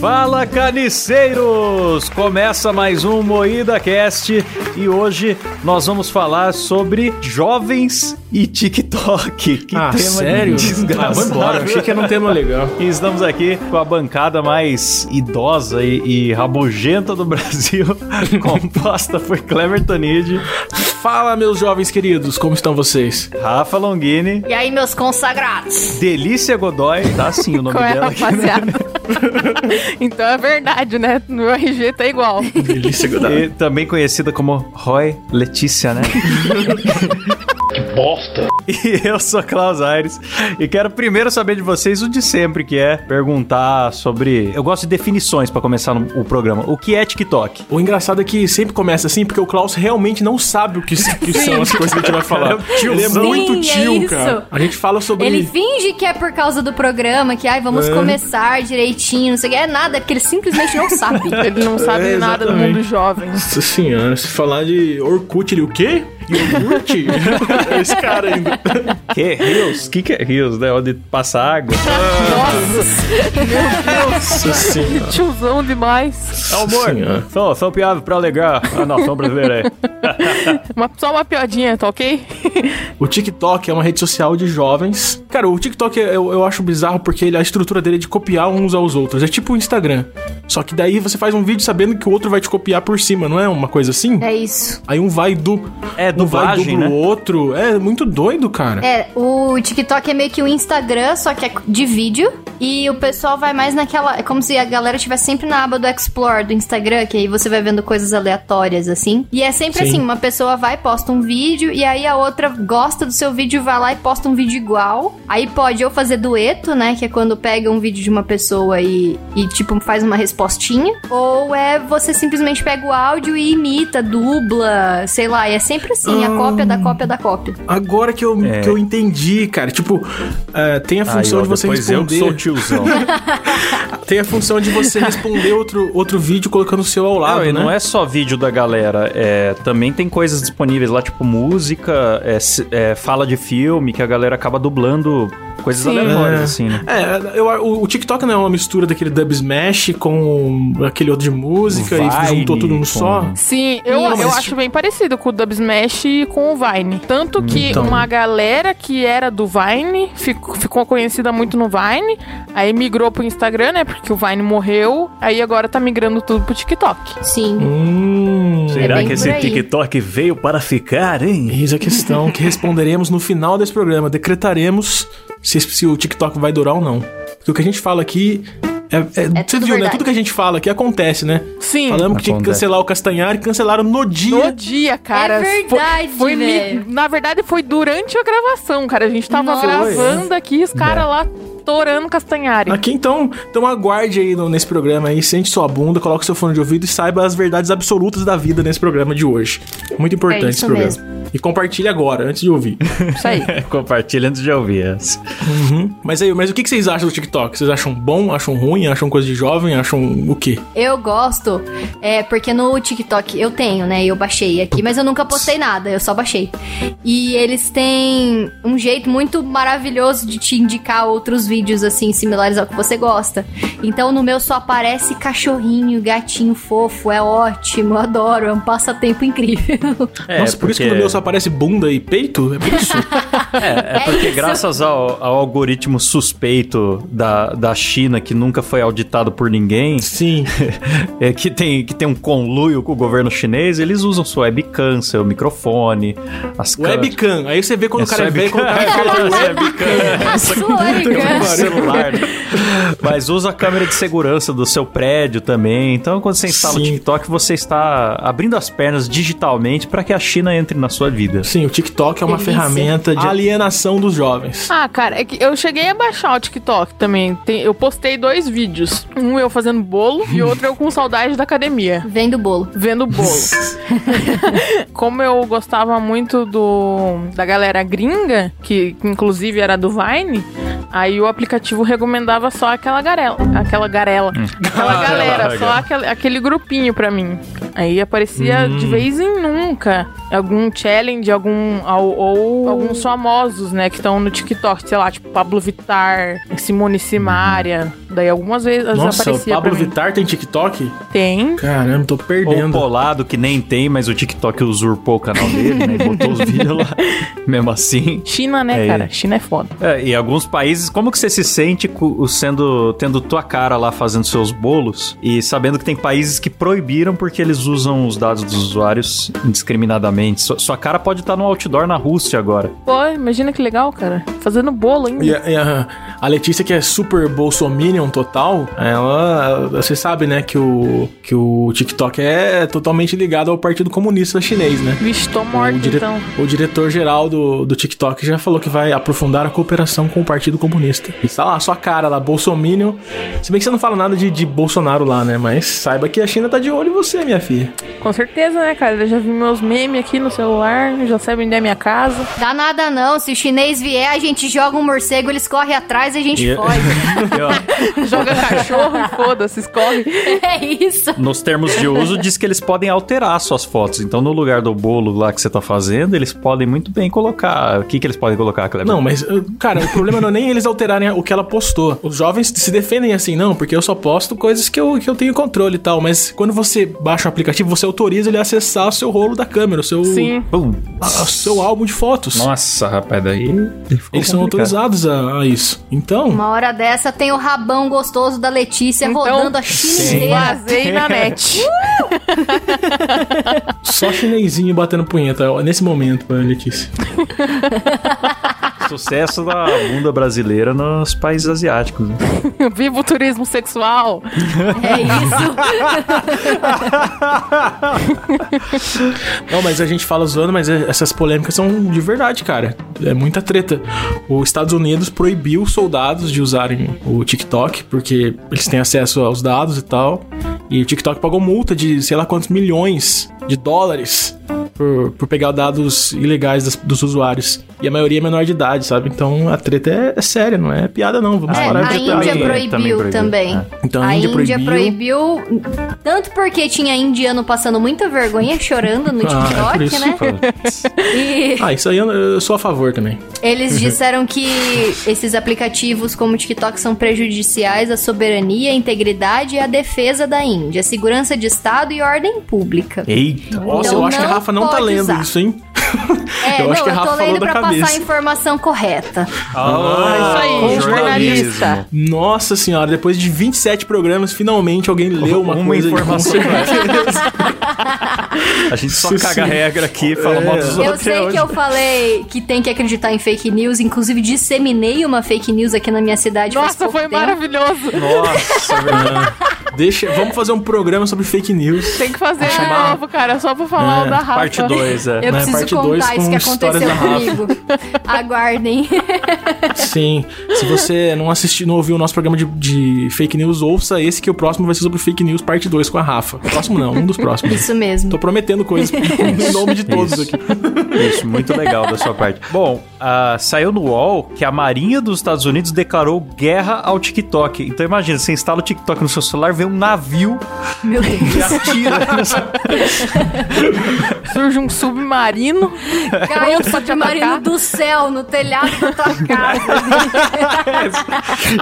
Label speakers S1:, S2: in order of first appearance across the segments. S1: Fala caniceiros! Começa mais um Moída Cast e hoje nós vamos falar sobre jovens e TikTok. Que
S2: ah, sério? Ah, vou embora. Achei que era um tema legal.
S1: E estamos aqui com a bancada mais idosa e, e rabugenta do Brasil, composta por Clever Tonide,
S2: Fala, meus jovens queridos, como estão vocês?
S1: Rafa Longini,
S3: E aí, meus consagrados?
S1: Delícia Godoy, tá assim o nome
S4: Qual é,
S1: dela aqui, né?
S4: rapaziada? então é verdade, né? Meu RG tá igual.
S2: Delícia,
S1: E também conhecida como Roy Letícia, né?
S5: bosta.
S1: E eu sou Klaus Aires e quero primeiro saber de vocês o de sempre, que é perguntar sobre. Eu gosto de definições pra começar no- o programa. O que é TikTok?
S2: O engraçado é que sempre começa assim, porque o Klaus realmente não sabe o que, que são as coisas que a gente vai falar. Ele é
S3: tiozão.
S2: muito
S3: Sim, é
S2: tio,
S3: isso.
S2: cara. A gente fala sobre...
S3: Ele finge que é por causa do programa, que ai,
S1: É.
S3: vamos começar direitinho, não sei o que. É nada, porque ele simplesmente não sabe.
S4: Ele não sabe
S2: É,
S4: nada do
S2: exatamente.
S4: mundo jovem.
S2: Nossa senhora, se falar de Orkut, ele o quê? Iogurte? Esse cara ainda.
S1: Que? Rios? O que, que é Rios, né? Onde passa água?
S2: Nossa senhora.
S4: Tiozão demais.
S1: É humor.
S2: Senhora.
S1: São, são piadas pra alegar a nação brasileira é. aí.
S4: Uma, só uma piadinha, tá ok?
S2: O TikTok é uma rede social de jovens. Cara, o TikTok eu, eu acho bizarro porque ele- a estrutura dele é de copiar uns aos outros. É tipo o Instagram. Só que daí você faz um vídeo sabendo que o outro vai te copiar por cima, não é uma coisa assim?
S3: É isso.
S2: Aí um vai do.
S1: É,
S2: um vai
S1: dublagem, né?
S2: dubla o outro. É muito doido, cara.
S3: É, o TikTok é meio que o Instagram, só que é de vídeo. E o pessoal vai mais naquela. É como se a galera estivesse sempre na aba do Explore do Instagram, que aí você vai vendo coisas aleatórias, assim. E é sempre
S2: Sim.
S3: assim: uma pessoa vai, posta um vídeo, e aí a outra gosta do seu vídeo, vai lá e posta um vídeo igual. Aí pode ou fazer dueto, né? Que é quando pega um vídeo de uma pessoa e, e tipo, faz uma respostinha. Ou é você simplesmente pega o áudio e imita, dubla, sei lá. E é sempre assim: a cópia da cópia da cópia.
S2: Agora que eu, que eu entendi, cara. Tipo, é, tem a função
S1: É. ó,
S2: de você
S1: depois eu que
S2: responder.
S1: sou tipo, tiozão.
S2: Tem a função de você responder outro, outro vídeo colocando o seu ao lado.
S1: Não, e
S2: né?
S1: não é só vídeo da galera, é, também tem coisas disponíveis lá, tipo música, é, se- é, fala de filme, que a galera acaba dublando coisas
S4: Sim.
S1: aleatórias,
S2: É.
S1: assim, né?
S2: É, eu- o, o TikTok não é uma mistura daquele dub smash com aquele outro de música e
S1: Vine
S2: juntou tudo num
S1: com-
S2: só.
S4: Sim, eu,
S3: Não,
S2: mas
S4: eu
S2: esse
S4: acho
S2: tipo-
S4: bem parecido com o Dub Smash e com o Vine. Tanto que
S2: Então.
S4: uma galera que era do Vine ficou, ficou conhecida muito no Vine, aí migrou pro Instagram, né? Porque o Vine morreu, aí agora tá migrando tudo pro TikTok.
S3: Sim.
S2: Hum.
S3: Será É bem que esse por aí.
S1: TikTok veio para ficar, hein?
S2: Eis a questão que responderemos no final desse programa. Decretaremos se, se o TikTok vai durar ou não. Porque o que a gente fala aqui. É, é-
S3: É
S2: você
S3: tudo
S2: viu, né?
S3: verdade.
S2: Tudo que a gente fala aqui acontece, né?
S4: Sim.
S2: Falamos que tinha que
S1: Acontece.
S2: cancelar o Castanhar e cancelaram no
S4: No
S2: dia.
S4: dia, cara.
S3: É verdade,
S4: foi, foi mi-
S3: velho.
S4: Na verdade, foi durante a gravação, cara. A gente tava
S3: Nossa.
S4: gravando aqui e os caras lá torando Castanhari.
S2: Aqui então, então aguarde aí no- nesse programa aí, sente sua bunda, coloque seu fone de ouvido e saiba as verdades absolutas da vida nesse programa de hoje. Muito importante
S3: É isso
S2: esse programa.
S3: mesmo.
S2: E compartilhe agora, antes de ouvir.
S4: Isso aí.
S1: Compartilha antes de ouvir é. essa.
S2: mas aí, mas o que que vocês acham do TikTok? Vocês acham bom, acham ruim, acham coisa de jovem, acham o quê?
S3: Eu gosto, é, porque no TikTok eu tenho, né? Eu baixei aqui, mas eu nunca postei nada, eu só baixei. E eles têm um jeito muito maravilhoso de te indicar outros vídeos, assim, similares ao que você gosta. Então no meu só aparece cachorrinho, gatinho fofo, é ótimo, eu adoro, é um passatempo incrível.
S2: Nossa, por isso que no meu só aparece bunda e peito? É por isso?
S1: É, é porque graças ao, ao algoritmo suspeito da, da China, que nunca foi auditado por ninguém,
S2: Sim.
S1: é, que, tem, que tem um conluio com o governo chinês, eles usam sua webcam, seu microfone, as câmeras.
S2: Webcam. Aí você vê quando o cara é velho, quando o cara é
S1: É,
S3: A Ah, sua
S2: que
S3: origami.
S2: pariu.
S1: celular. né? Mas usa a câmera de segurança do seu prédio também. Então, quando você instala o
S2: Sim.
S1: TikTok, você está abrindo as pernas digitalmente para que a China entre na sua vida.
S2: Sim, o TikTok é uma
S3: Delícia.
S2: ferramenta de alienação dos jovens.
S4: Ah, cara, é que eu cheguei a baixar o TikTok também. Tem- eu postei dois vídeos. Um eu fazendo bolo e outro eu com saudade da academia.
S3: Vem do bolo.
S4: Vendo bolo. Como eu gostava muito do da galera gringa, que, que inclusive era do Vine, aí o aplicativo recomendava só aquela garela. Aquela garela.
S2: Hum.
S4: Aquela
S2: Hum.
S4: galera, só aquele, aquele grupinho pra mim. Aí aparecia de vez em nunca. algum challenge, algum ou, ou alguns famosos, né, que estão no TikTok, sei lá, tipo Pablo Vittar, Simone Simaria, daí algumas vezes
S2: Hum. Nossa, o
S4: aparecia
S2: Pablo
S4: pra mim.
S2: Vittar tem TikTok?
S4: Tem.
S2: Caramba, tô
S1: Ou
S2: perdendo.
S1: Polado, que nem tem, mas o TikTok usurpou o canal dele, né? e Botou os vídeos lá. Mesmo assim.
S4: China, né,
S1: É.
S4: cara? China é foda.
S1: É, e alguns países, como que você se sente cu- sendo tendo tua cara lá fazendo seus bolos e sabendo que tem países que proibiram porque eles usam os dados dos usuários indiscriminadamente? Sua, sua cara pode estar no outdoor na Rússia agora.
S4: Pô, imagina que legal, cara. Fazendo bolo ainda.
S2: E a, e a- a Letícia, que é super bolsominion total, ela. Você sabe, né, que o, que o TikTok é totalmente ligado ao Partido Comunista Chinês, né?
S4: Vixe, tô
S2: o,
S4: morto,
S2: dire-
S4: então.
S2: o diretor-geral do, do TikTok já falou que vai aprofundar a cooperação com o Partido Comunista. E tá lá, sua cara lá, Bolsominion. Se bem que você não fala nada de, de Bolsonaro lá, né? Mas saiba que a China tá de olho em você, minha filha.
S4: Com certeza, né, cara? Eu já vi meus memes aqui no celular, já sabem onde é a minha casa.
S3: Dá nada não, se o chinês vier, a gente joga um morcego, eles correm atrás e a gente
S1: E- é-
S3: foge.
S1: E, ó,
S4: Joga cachorro e foda-se, escorre.
S3: é isso.
S1: nos termos de uso, diz que eles podem alterar suas fotos. Então, no lugar do bolo lá que você tá fazendo, eles podem muito bem colocar. O que, que eles podem colocar, Cleber?
S2: Não, mas, uh, cara, o problema não é nem eles alterarem o que ela postou. Os jovens se defendem assim, não, porque eu só posto coisas que eu, que eu tenho controle e tal. Mas quando você baixa o aplicativo, você autoriza ele a acessar o seu rolo da câmera, o seu,
S4: Sim.
S1: Pum.
S2: a- o seu álbum de fotos.
S1: Nossa, rapaz, daí. ficou
S2: Eles
S1: complicado.
S2: são autorizados a, a isso. Então.
S3: Uma hora dessa tem o rabão gostoso da Letícia
S4: Então,
S3: rodando a China inteira.
S4: Vazei na net.
S2: Só chinesinho batendo punheta ó, nesse momento, né, Letícia.
S1: Sucesso da bunda brasileira nos países asiáticos. né?
S4: Viva o turismo sexual.
S3: É isso.
S2: Não, mas a gente fala zoando, mas é- essas polêmicas são de verdade, cara. É muita treta. Os Estados Unidos proibiu os soldados de usarem o TikTok, porque eles têm acesso aos dados e tal. E o TikTok pagou multa de sei lá quantos milhões de dólares por, por pegar dados ilegais das- dos usuários. E a maioria é menor de idade, sabe? Então a treta é, é séria, não é piada, não. Vamos
S1: Ah,
S3: É,
S2: parar
S3: a
S2: de
S1: Índia
S3: Índia
S1: também,
S3: proibiu
S1: também
S3: também.
S1: proibiu,
S2: Então
S3: A Índia proibiu, tanto porque tinha indiano passando muita vergonha chorando no
S2: Ah, é por
S3: TikTok,
S2: isso.
S3: né? E
S2: Ah, isso aí eu, eu sou a favor também.
S3: eles disseram que esses aplicativos como o TikTok são prejudiciais à soberania, à integridade e à defesa da Índia, à segurança de Estado e ordem pública.
S1: Eita.
S2: Nossa,
S3: Então
S2: eu acho que a
S3: não
S2: Rafa não tá
S3: pode
S2: lendo
S3: usar.
S2: isso, hein?
S3: É,
S2: eu
S3: não,
S2: acho que a
S3: eu
S2: Rafa
S3: tô
S2: falou
S3: lendo
S2: da
S3: pra passar a
S2: cabeça.
S3: informação correta. é
S1: Ah,
S4: isso aí,
S1: jornalismo.
S4: jornalista.
S2: Nossa senhora, depois de 27 programas, finalmente alguém leu uma, coisa de-
S1: informação. a gente só
S2: Sim,
S1: caga a
S2: sim.
S1: regra aqui e fala
S2: É.
S1: mal dos
S3: Eu
S1: outros.
S3: sei que eu falei que tem que acreditar em fake news, inclusive disseminei uma fake news aqui na minha cidade. faz
S4: Nossa,
S3: pouco
S4: foi
S3: tempo.
S4: maravilhoso.
S1: Nossa, verdade.
S2: Deixa, vamos fazer um programa sobre fake news.
S4: Tem que fazer de
S2: chamar-
S4: novo, cara, só pra falar
S2: É,
S4: o da Rafa.
S1: Parte 2, é.
S3: Eu
S2: né,
S3: preciso
S2: parte dois
S3: contar isso
S2: com
S3: que
S2: histórias
S3: aconteceu
S2: da Rafa.
S3: comigo. Aguardem.
S2: Sim. Se você não assistiu, não ouviu o nosso programa de, de fake news, ouça esse que o próximo vai ser sobre fake news, parte 2, com a Rafa. Próximo não, um dos próximos.
S3: Isso mesmo.
S2: Tô prometendo coisas em nome de todos
S1: Isso.
S2: aqui.
S1: Isso, muito legal da sua parte. Bom, ah, saiu no UOL que a Marinha dos Estados Unidos declarou guerra ao TikTok. Então imagina, você instala o TikTok no seu celular, vê um navio
S3: Meu Deus.
S1: e atira nessa
S4: Surge um submarino.
S3: Caiu um
S4: pra te
S3: submarino
S4: atacar.
S3: do céu no telhado da tua casa.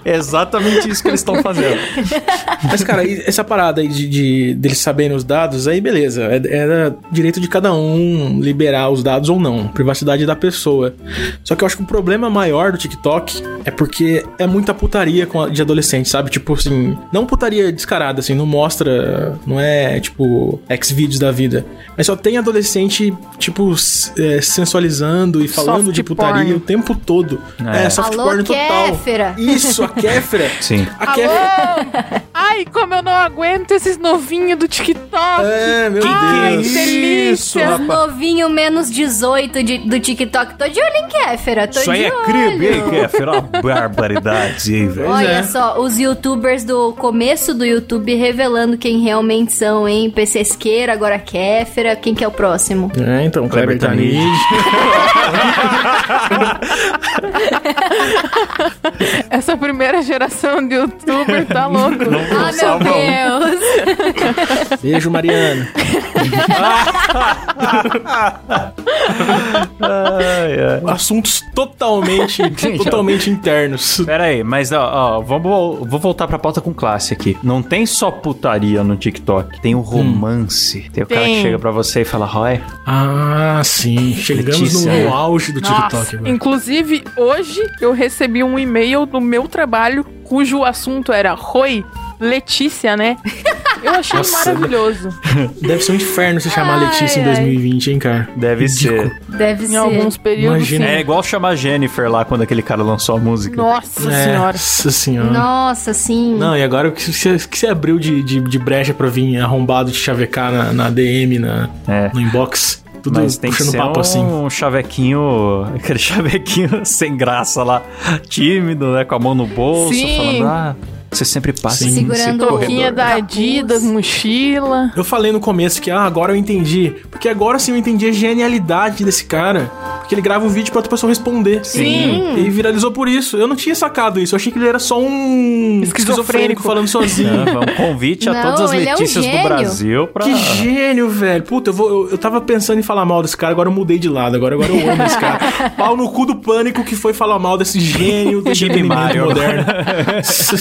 S1: É exatamente isso que eles estão fazendo.
S2: Mas, cara, e essa parada aí de, de- deles saberem os dados, aí beleza. É- Era direito de cada um liberar os dados ou não. Privacidade da pessoa. Só que eu acho que o problema maior do TikTok é porque é muita putaria com a- de adolescente, sabe? Tipo assim, não putaria descarada, assim, não mostra. Não é tipo ex-vídeos da vida. Mas só tem adolescente, tipo, s- é, sensualizando e falando
S4: Soft
S2: de putaria
S4: porn.
S2: o tempo todo.
S1: É.
S2: É, soft
S3: Alô,
S2: porn total.
S3: Kéfera.
S2: Isso, a Kéfera.
S1: Sim.
S2: A
S4: Alô?
S2: Kéfera.
S4: Ai, como eu não aguento esses novinhos do TikTok.
S2: É, meu
S4: Ai,
S2: Deus.
S4: que delícia.
S2: Isso,
S3: Os
S2: rapaz.
S3: é novinho menos 18 de- do TikTok. Tô de olho em Kéfera. Tô
S1: Isso
S3: de
S1: aí é
S3: olho.
S1: crime, hein, Kéfera? Uma barbaridade, hein, velho?
S3: Olha
S2: é.
S3: só, os youtubers do começo do YouTube revelando quem realmente são, hein? PC Esqueira, agora Kéfera. Quem que é o próximo?
S2: É, então,
S1: Kleber tá
S2: Kleber Tanid.
S4: Essa primeira geração de youtuber tá louco.
S1: Não
S3: Ah, meu
S1: salva um.
S3: Deus.
S2: Beijo, Mariana.
S1: Ai, ai.
S2: Assuntos totalmente, totalmente internos.
S1: Pera aí, mas ó, ó, vamos, vou voltar pra pauta com classe aqui. Não tem só putaria no TikTok, tem o romance. Tem o cara que
S4: Tem.
S1: chega pra você e fala, Roy,
S2: Ah, sim. Chegamos
S1: Letícia.
S2: no, no auge do TikTok agora.
S4: Inclusive, hoje eu recebi um e-mail do meu trabalho cujo assunto era Roi, Letícia, né? Eu achei
S2: Nossa,
S4: maravilhoso.
S2: Deve ser um inferno se chamar
S3: Ai,
S2: Letícia em
S3: ai.
S2: 2020, hein, cara?
S1: deve
S2: Ridículo.
S1: ser.
S3: Deve
S4: Em
S3: ser.
S4: alguns períodos,
S2: Imagina.
S1: É
S4: sim.
S1: igual chamar Jennifer lá quando aquele cara lançou a música.
S4: Nossa
S2: É,
S4: senhora.
S2: Nossa senhora.
S3: Hum. Nossa, sim.
S2: Não, e agora o que você, o que você abriu de, de, de brecha pra vir arrombado de chavecar na, na DM, na,
S1: É.
S2: no inbox? Tudo
S1: Mas tem que
S2: puxando
S1: ser
S2: papo
S1: um
S2: assim.
S1: chavequinho, aquele chavequinho sem graça lá, tímido, né, com a mão no bolso,
S4: Sim. um
S1: falando, ah, você sempre passa
S2: Sim.
S1: nesse
S3: Segurando o
S1: corredor.
S4: Toquinha da
S3: Capuz.
S4: Adidas, mochila.
S2: Eu falei no começo que, ah, agora eu entendi. Porque agora sim eu entendi a genialidade desse cara. Porque ele grava um vídeo pra outra pessoa responder.
S4: Sim.
S2: E viralizou por isso. Eu não tinha sacado isso. Eu achei que ele era só um
S4: Esquizofrênico.
S2: falando sozinho.
S1: Né, um convite a
S3: Não,
S1: todas as
S3: ele é um
S1: Letícias do
S3: gênio.
S1: Brasil pra...
S2: Que gênio, velho. Puta, eu, vou, eu, eu tava pensando em falar mal desse cara, agora eu mudei de lado. Agora, agora eu amo esse cara. Pau no cu do pânico que foi falar mal desse gênio do
S1: Time
S2: entretenimento
S1: Mario
S2: moderno.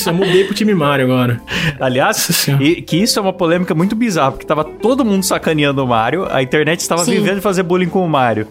S2: eu mudei pro time Mario agora. Nossa
S1: Aliás,
S2: Senhora.
S1: e- que isso é uma polêmica muito bizarra, porque tava todo mundo sacaneando o Mario, a internet estava
S3: Sim.
S1: vivendo de fazer bullying com o Mario.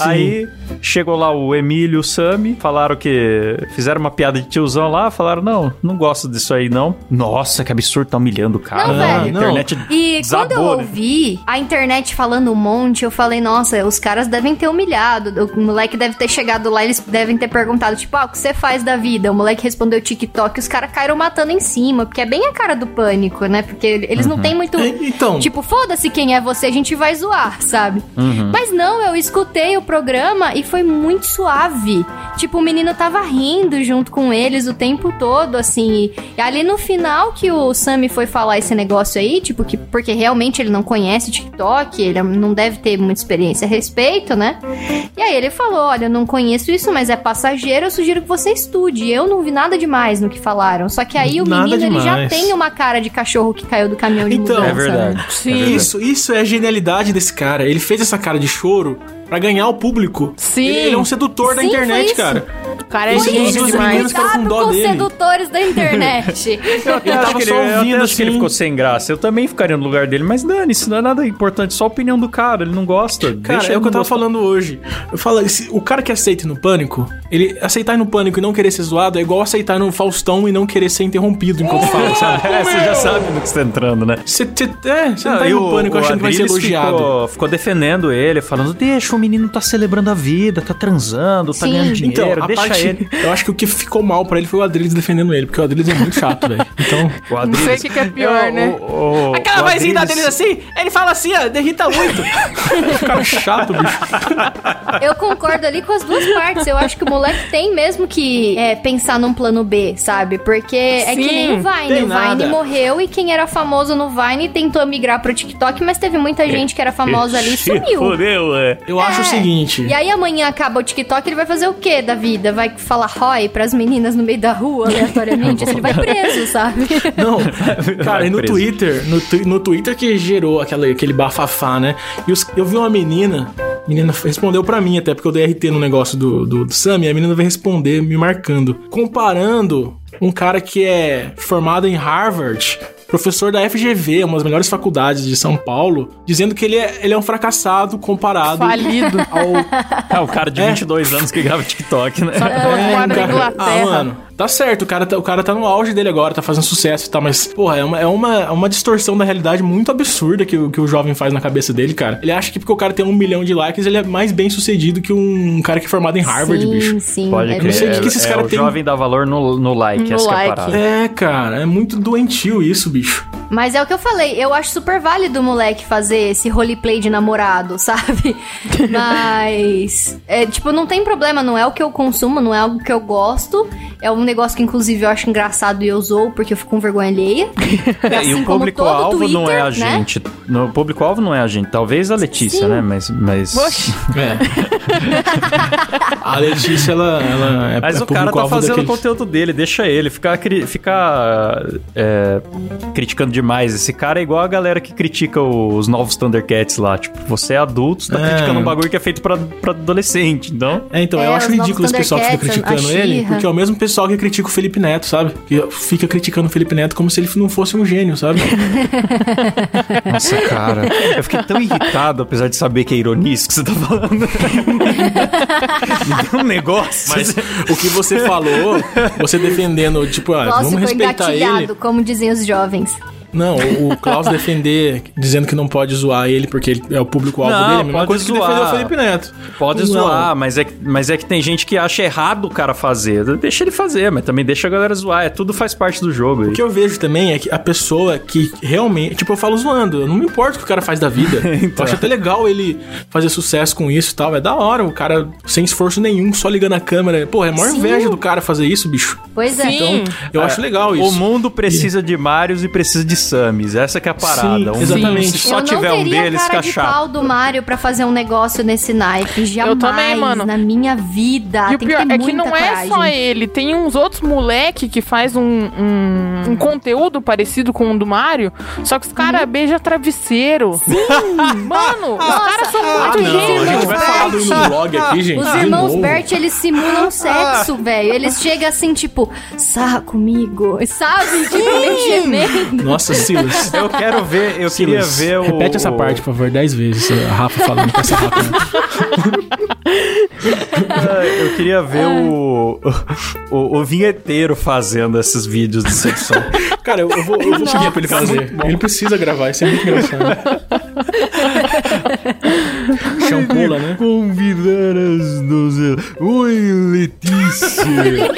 S1: Aí chegou lá o Emílio e o Sami, falaram que. Fizeram uma piada de tiozão lá, falaram: não, não gosto disso aí não. Nossa, que absurdo, tá humilhando o cara.
S3: Não,
S1: né?
S3: velho.
S1: A internet
S3: E
S1: desabou,
S3: quando eu
S1: né?
S3: ouvi a internet falando um monte, eu falei, nossa, os caras devem ter humilhado. O moleque deve ter chegado lá, eles devem ter perguntado, tipo, ah, o que você faz da vida? O moleque respondeu TikTok, os caras caíram matando em cima, porque é bem a cara do pânico, né? Porque eles não têm muito.
S2: É, Então,
S3: Tipo, foda-se quem é você, a gente vai zoar, sabe?
S2: Uhum.
S3: Mas não, eu escutei o programa e foi muito suave. Tipo, o menino tava rindo junto com eles o tempo todo, assim. E ali no final que o Sammy foi falar esse negócio aí, tipo, que porque realmente ele não conhece TikTok, ele não deve ter muita experiência a respeito, né? E aí ele falou: Olha, eu não conheço isso, mas é passageiro, eu sugiro que você estude. Eu não vi nada demais no que falaram. Só que aí o
S2: Nada
S3: menino ele já
S2: demais.
S3: tem uma cara de cachorro que caiu do caminhão de
S2: Então,
S3: mudança,
S1: É
S3: né?
S1: verdade.
S4: Sim.
S1: É verdade.
S2: isso, isso é a genialidade desse cara. Ele fez essa cara de choro pra ganhar o público.
S4: Sim.
S2: Ele, ele é um sedutor da
S3: Sim, foi
S2: internet,
S3: isso.
S2: cara.
S4: O cara é
S2: Isso,
S4: gênio
S2: os
S4: demais.
S2: meninos ficaram com
S3: Cuidado
S2: dó
S3: com os
S2: dele.
S3: sedutores da internet.
S1: Eu
S2: tava
S1: acho que
S2: só
S1: eu até
S2: ouvindo,
S1: acho que ele
S2: assim.
S1: ficou sem graça. Eu também ficaria no lugar dele, mas Dani, isso não é nada importante, só a opinião do cara, ele não gosta.
S2: Cara,
S1: deixa
S2: é o que eu
S1: ele
S2: tava
S1: gostar.
S2: falando hoje. Eu falo, esse- o cara que aceita ir no pânico, ele aceitar ir no pânico e não querer ser zoado é igual aceitar ir no Faustão e não querer ser interrompido enquanto fala, sabe?
S1: É, você já sabe no que você tá entrando, né?
S2: Você você- é, você não
S1: Não,
S2: tá
S1: e
S2: indo no pânico achando que vai ser
S1: Adriles
S2: elogiado.
S1: Ficou, ficou defendendo ele, falando: deixa, o menino tá celebrando a vida, tá transando, tá
S3: Sim.
S1: ganhando
S2: Então,
S1: dinheiro,
S2: a
S1: deixa
S2: parte,
S1: ele.
S2: eu acho que o que ficou mal pra ele foi o Adriles defendendo ele, porque o Adriles é muito chato, velho. Então,
S1: O
S4: Não sei o
S1: Adriles-
S4: que, que é pior,
S1: É,
S4: né?
S1: o- o- o
S2: Aquela vozinha da
S1: Adriles-
S2: deles assim, ele fala assim, ó, derrita muito. Cara é chato, bicho.
S3: Eu concordo ali com as duas partes. Eu acho que o moleque tem mesmo que é, pensar num plano B, sabe? Porque é que
S4: Sim,
S3: nem o Vine.
S2: tem
S3: O Vine
S2: nada.
S3: morreu e quem era famoso no Vine tentou migrar pro TikTok, mas teve
S2: É.
S3: muita gente que era famosa ali e
S1: Se
S3: sumiu.
S1: Fodeu, é.
S2: Eu acho o
S3: É.
S2: seguinte.
S3: E aí amanhã acaba o TikTok, ele vai fazer o quê da vida? Vai falar Roy pras meninas no meio da rua, aleatoriamente? ele vai preso, sabe?
S2: Não, cara, e no
S1: preso.
S2: Twitter, no, twi- no Twitter que gerou aquela, aquele bafafá, né? E os- eu vi uma menina, a menina respondeu pra mim até, porque eu dei RT no negócio do, do, do Sam, e a menina veio responder me marcando, comparando um cara que é formado em Harvard, professor da FGV, uma das melhores faculdades de São Paulo, dizendo que ele é, ele é um fracassado comparado
S4: Falido.
S2: ao...
S1: É o cara de 22 anos que grava TikTok, né?
S4: Só que pela
S2: É,
S4: quadra da
S2: cara. Ah,
S4: Inglaterra.
S2: mano, tá certo, o cara tá, o cara tá no auge dele agora, tá fazendo sucesso e tal, mas, porra, é uma, é uma, é uma distorção da realidade muito absurda que, o- que o jovem faz na cabeça dele, cara. Ele acha que porque o cara tem um milhão de likes, ele é mais bem sucedido que um cara que é formado em Harvard,
S3: sim,
S2: bicho.
S3: sim.
S1: Pode
S3: é
S1: crer.
S2: não sei o que que esses
S1: é,
S2: cara
S1: o
S2: tem.
S1: jovem dá valor no, no like,
S4: No
S1: essa que é a
S4: like.
S1: parada.
S2: É, cara, é muito doentio isso, bicho.
S3: Mas é o que eu falei, eu acho super válido o moleque fazer esse roleplay de namorado, sabe? Mas. É, tipo, não tem problema, não é o que eu consumo, não é algo que eu gosto. É um negócio que, inclusive, eu acho engraçado e eu zoo porque eu fico com vergonha alheia.
S1: É, e o
S3: Assim como todo
S1: público-alvo não é a
S3: Twitter, né?
S1: gente. No- O né? público-alvo não é a gente. Talvez a Letícia,
S3: Sim.
S1: né? Mas. mas...
S4: Oxi.
S2: É. A Letícia, ela, ela é
S1: Mas
S2: é
S1: o cara tá
S2: público-alvo
S1: fazendo o
S2: daqueles-
S1: conteúdo dele, deixa ele. Ficar, cri- ficar é, criticando demais esse cara é igual a galera que critica os novos Thundercats lá. Tipo, você é adulto, você tá
S2: É.
S1: criticando um bagulho que é feito pra, pra adolescente, então...
S2: É, então,
S3: É,
S2: eu acho
S3: os novos
S2: ridículo esse pessoal que fica
S3: Thundercats,
S2: criticando
S3: a
S2: ele,
S3: She-Ra.
S2: porque é o mesmo pessoal que critica o Felipe Neto, sabe? Que fica criticando o Felipe Neto como se ele não fosse um gênio, sabe?
S1: Nossa, cara. Eu fiquei tão irritado, apesar de saber que é ironia isso que você tá falando. Me deu um negócio.
S2: Mas o que você falou, você defendendo, tipo, ah,
S3: Klaus
S2: vamos
S3: ficou
S2: respeitar
S3: engatilhado,
S2: ele.
S3: como dizem os jovens.
S2: Não, o- o Klaus defender, dizendo que não pode zoar ele porque ele é o público-alvo
S1: Não,
S2: dele, é a mesma
S1: pode
S2: coisa que
S1: zoar.
S2: defender o Felipe Neto.
S1: Pode
S2: Não.
S1: zoar, mas é, que- mas é que tem gente que acha errado o cara fazer. Deixa ele fazer, mas também deixa a galera zoar. É, tudo faz parte do jogo.
S2: O que eu vejo também é que a pessoa que realmente. Tipo, eu falo zoando, eu não me importo o que o cara faz da vida. Eu acho até legal ele fazer sucesso com isso e tal. É da hora, o cara sem esforço nenhum, só ligando a câmera. Pô, é a maior
S3: Sim.
S2: inveja do cara fazer isso, bicho.
S3: Pois é.
S4: Sim.
S2: Eu acho legal isso.
S1: O mundo precisa de Marios e precisa de Samis. Essa que é a parada. Um-
S2: exatamente.
S1: Se só
S3: eu
S1: tiver
S3: não
S1: um
S3: teria
S1: deles,
S3: cara
S1: fica
S3: de
S1: chato.
S3: pau do Mario pra fazer um negócio nesse naipe. Jamais
S4: também, mano.
S3: na minha vida.
S4: E o
S3: Ah, Tem
S4: pior
S3: que ter
S4: é que
S3: muita
S4: não é
S3: coragem.
S4: só ele, tem uns outros moleque que faz um, um, um conteúdo parecido com o do Mario, só que os caras
S3: Uhum.
S4: beijam travesseiro. Mano, os caras são muito
S2: Ah, não, a gente
S4: gênios.
S2: vai
S3: Bert.
S2: falar do no blog aqui, gente.
S3: Os
S2: Ah, de
S3: irmãos
S2: novo.
S3: Bert, eles
S4: Ah.
S3: simulam sexo, velho. Eles chegam assim, tipo, sarra comigo. Sabe? Tipo, meio gemendo.
S2: Nossa, Silas.
S1: Eu quero ver, eu queria
S2: Silas,
S1: ver o.
S2: repete essa parte, por favor, dez vezes. A Rafa falando com essa Rafa.
S1: Ah, Eu queria ver o,
S3: Ah.
S1: o. o vinheteiro fazendo esses vídeos de sexo.
S2: Cara, eu, eu vou, eu vou pedir pra ele fazer. tá Ele precisa gravar, isso é muito engraçado. Champula, né?
S1: Convidar as donzelas. Oi, Letícia!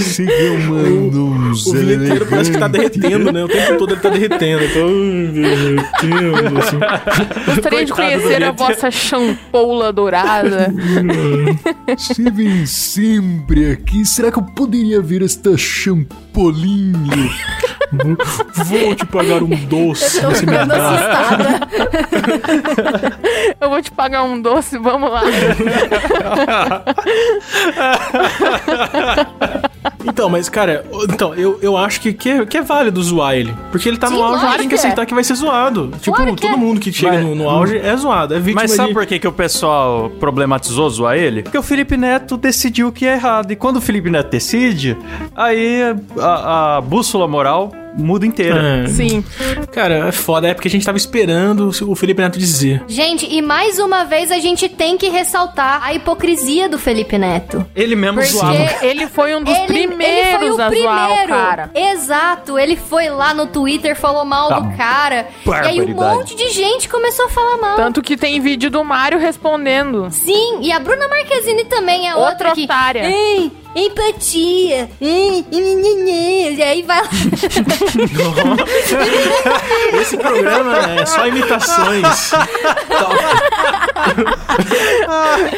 S1: Siga mando um
S2: O vinheteiro parece que tá derretendo, né? O tempo todo ele tá derretendo. Eu tô, "Ai, meu Deus", assim.
S4: Gostaria
S1: Coitado
S4: de
S1: do
S4: conhecer a
S1: Bert.
S4: vossa champoula dourada.
S5: Steven sempre aqui. Será que eu poderia ver esta champolinha?
S2: Vou te pagar um doce.
S3: Tô ficando assustada.
S4: Eu vou te pagar um doce, vamos lá.
S3: assim.
S2: Então, mas, cara, então, eu, eu acho que, que, é, que é válido zoar ele. Porque ele tá
S3: Sim,
S2: no auge,
S3: claro
S2: ele tem
S3: que
S2: que
S3: é.
S2: aceitar que vai ser zoado. Tipo,
S3: Claro que
S2: todo
S3: é.
S2: mundo que chega
S1: Mas-
S2: no, no auge é zoado, é vítima
S1: Mas sabe
S2: de...
S1: por que, que o pessoal problematizou zoar ele? Porque o Felipe Neto decidiu que é errado. E quando o Felipe Neto decide, aí a, a bússola moral muda inteira.
S2: É.
S4: Sim.
S2: Cara, é foda, é porque a gente tava esperando o Felipe Neto dizer.
S3: Gente, e mais uma vez a gente tem que ressaltar a hipocrisia do Felipe Neto.
S1: Ele mesmo
S3: Porque-
S1: zoava.
S4: Ele foi um dos
S3: ele foi
S4: primeiros
S3: o
S4: a zoar
S3: primeiro.
S4: o cara.
S3: Exato, ele foi lá no Twitter, falou mal
S1: Tá
S3: do cara. E aí um
S1: barbaridade.
S3: monte de gente começou a falar mal.
S4: Tanto que tem vídeo do Mario respondendo.
S3: Sim, e a Bruna Marquezine também é
S4: Outra
S3: outra, que...
S4: otária.
S3: Ei, empatia. Ei, e, e, e, e, e aí vai lá.
S2: Esse programa é só imitações.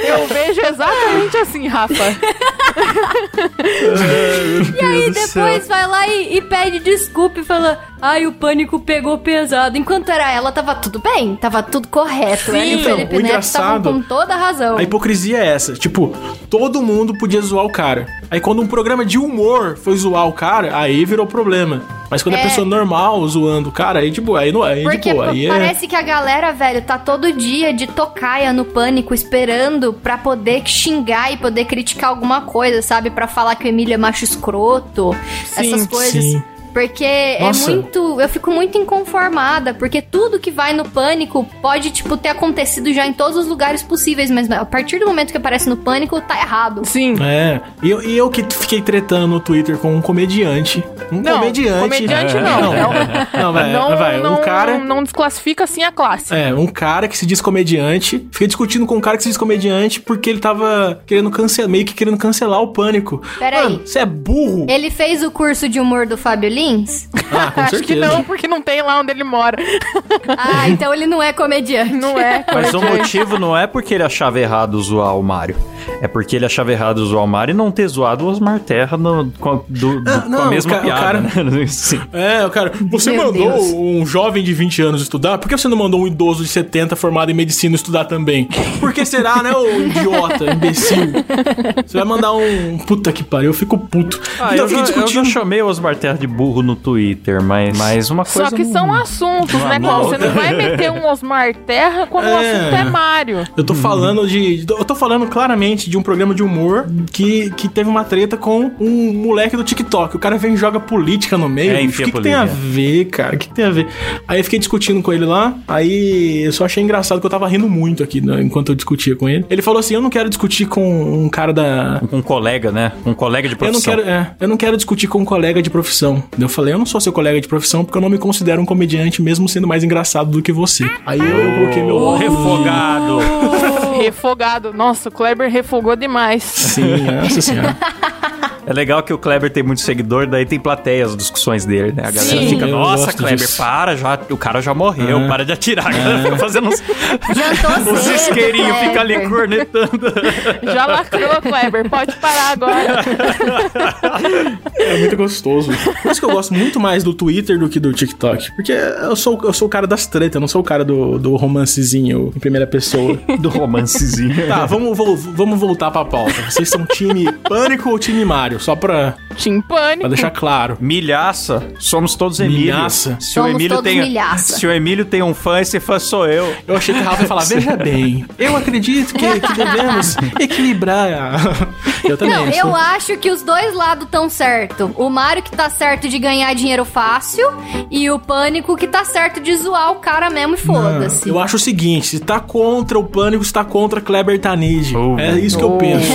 S4: Eu vejo exatamente assim, Rafa.
S3: E aí depois vai lá e, e pede desculpa e fala... Ai, o pânico pegou pesado. Enquanto era ela, tava tudo bem, tava tudo correto. ela e o
S2: Então,
S3: Felipe
S2: o
S3: Neto estavam
S2: engraçado-
S3: com toda a razão.
S2: A hipocrisia é essa. Tipo, todo mundo podia zoar o cara. Aí quando um programa de humor foi zoar o cara, aí virou problema. Mas quando é,
S3: É.
S2: pessoa normal zoando o cara, aí de boa, aí não aí
S3: Porque
S2: de boa,
S3: pa-
S2: aí é...
S3: parece que a galera, velho, tá todo dia de tocaia no pânico esperando pra poder xingar e poder criticar alguma coisa, sabe? Pra falar que o Emílio é macho escroto,
S4: Sim,
S3: essas coisas.
S2: sim.
S3: Porque
S2: Nossa.
S3: é muito. Eu fico muito inconformada, porque tudo que vai no pânico pode, tipo, ter acontecido já em todos os lugares possíveis, mas a partir do momento que aparece no pânico, tá errado.
S4: Sim.
S2: É, e eu, e eu que fiquei tretando no Twitter com um comediante. Um
S4: Não,
S2: comediante.
S4: comediante É. não. um-
S2: Não, não, vai,
S4: não,
S2: vai.
S4: não,
S2: um cara.
S4: não desclassifica assim a classe.
S2: É, um cara que se diz comediante. Fiquei discutindo com um cara que se diz comediante porque ele tava querendo cancelar, meio que querendo cancelar o pânico.
S3: Peraí.
S2: Mano, você é burro.
S3: Ele fez o curso de humor do Fábio Lins?
S2: Ah, com
S4: Acho que
S2: certeza.
S4: não, porque não tem lá onde ele mora.
S3: Ah, então ele não é comediante.
S4: Não é.
S1: Mas o
S4: comediante.
S1: motivo não é porque ele achava errado zoar o Mario. É porque ele achava errado zoar o Mario e não ter zoado o Osmar Terra no- com, a- do- do-
S2: Ah,
S1: com
S2: não,
S1: a
S2: o
S1: mesma
S2: ca- o
S1: piada.
S2: cara-
S1: né? Sim.
S2: É, o cara, você
S3: Meu
S2: mandou
S3: Deus.
S2: um jovem de 20 anos estudar? Por que você não mandou um idoso de 70 formado em medicina estudar também? Por que será, né, ô idiota, imbecil? Você vai mandar um. Puta que pariu, eu fico puto.
S1: Ah,
S2: Então,
S1: eu, já, eu já chamei o Osmar Terra de burro no Twitter, mas, mas uma coisa.
S4: Só que
S1: não-
S4: são assuntos, né,
S1: não.
S4: Cláudio? Você não vai meter um Osmar Terra quando o
S2: É.
S4: assunto é Mário.
S2: Eu
S1: Uhum.
S2: tô falando de. Eu tô falando claramente de um programa de humor que, que teve uma treta com um moleque do TikTok. O cara vem e joga política no meio.
S1: É,
S2: bicho.
S1: enfia
S2: o que, que tem a
S1: política.
S2: ver, cara? O que, que tem a ver? Aí eu fiquei discutindo com ele lá. Aí eu só achei engraçado que eu tava rindo muito aqui né, enquanto eu discutia com ele. Ele falou assim: Eu não quero discutir com um cara da.
S1: Com um colega, né? Um colega de
S2: Eu não,
S1: profissão.
S2: quero, é, eu não quero discutir com um colega de profissão. Daí Eu falei, eu não sou seu colega de profissão porque eu não me considero um comediante, mesmo sendo mais engraçado do que você. Aí eu coloquei meu
S1: Ô,
S2: óculos.
S1: refogado.
S2: Oh.
S4: Refogado. Nossa, o Kleber refogou demais.
S2: Sim, nossa senhora.
S1: É legal que o Kleber tem muito seguidor, daí tem plateia as discussões dele, né? A galera
S4: Sim.
S1: fica,
S2: Eu
S1: nossa,
S2: gosto
S1: Kleber,
S2: disso."
S1: para, já, o cara já morreu,
S2: É.
S1: para de atirar. A galera fica fazendo uns,
S3: Jantou
S1: uns
S3: cedo, né?
S1: isqueirinhos,
S3: Kleber.
S1: fica ali cornetando.
S4: Já lacrou, Kleber. Pode parar agora.
S2: É muito gostoso. Por isso que eu gosto muito mais do Twitter do que do TikTok. Porque eu sou, eu sou o cara das tretas, eu não sou o cara do, do romancezinho em primeira pessoa.
S1: Do romancezinho.
S2: Tá, vamos, vol- vamos voltar pra pauta. Vocês são time Pânico ou time Mario? Só pra,
S4: Tim
S2: pra
S4: Pânico.
S2: deixar claro.
S1: Milhaça, somos todos Emílio.
S2: Milhaça?
S1: Se
S3: Somos
S1: o Emílio
S3: todos
S1: tem,
S3: milhaça.
S1: Se o Emílio tem um fã, esse fã sou eu.
S2: Eu achei que a Rafa ia falar, veja bem, eu acredito que, que devemos equilibrar a... Eu também.
S3: Não,
S2: sou-
S3: eu acho que os dois lados estão certo. O Mario que tá certo de ganhar dinheiro fácil e o Pânico que tá certo de zoar o cara mesmo e foda-se.
S2: Eu acho o seguinte, se tá contra o Pânico, se tá contra Kleber Tanid.
S1: Oh,
S2: é isso que eu
S4: oh.
S2: penso.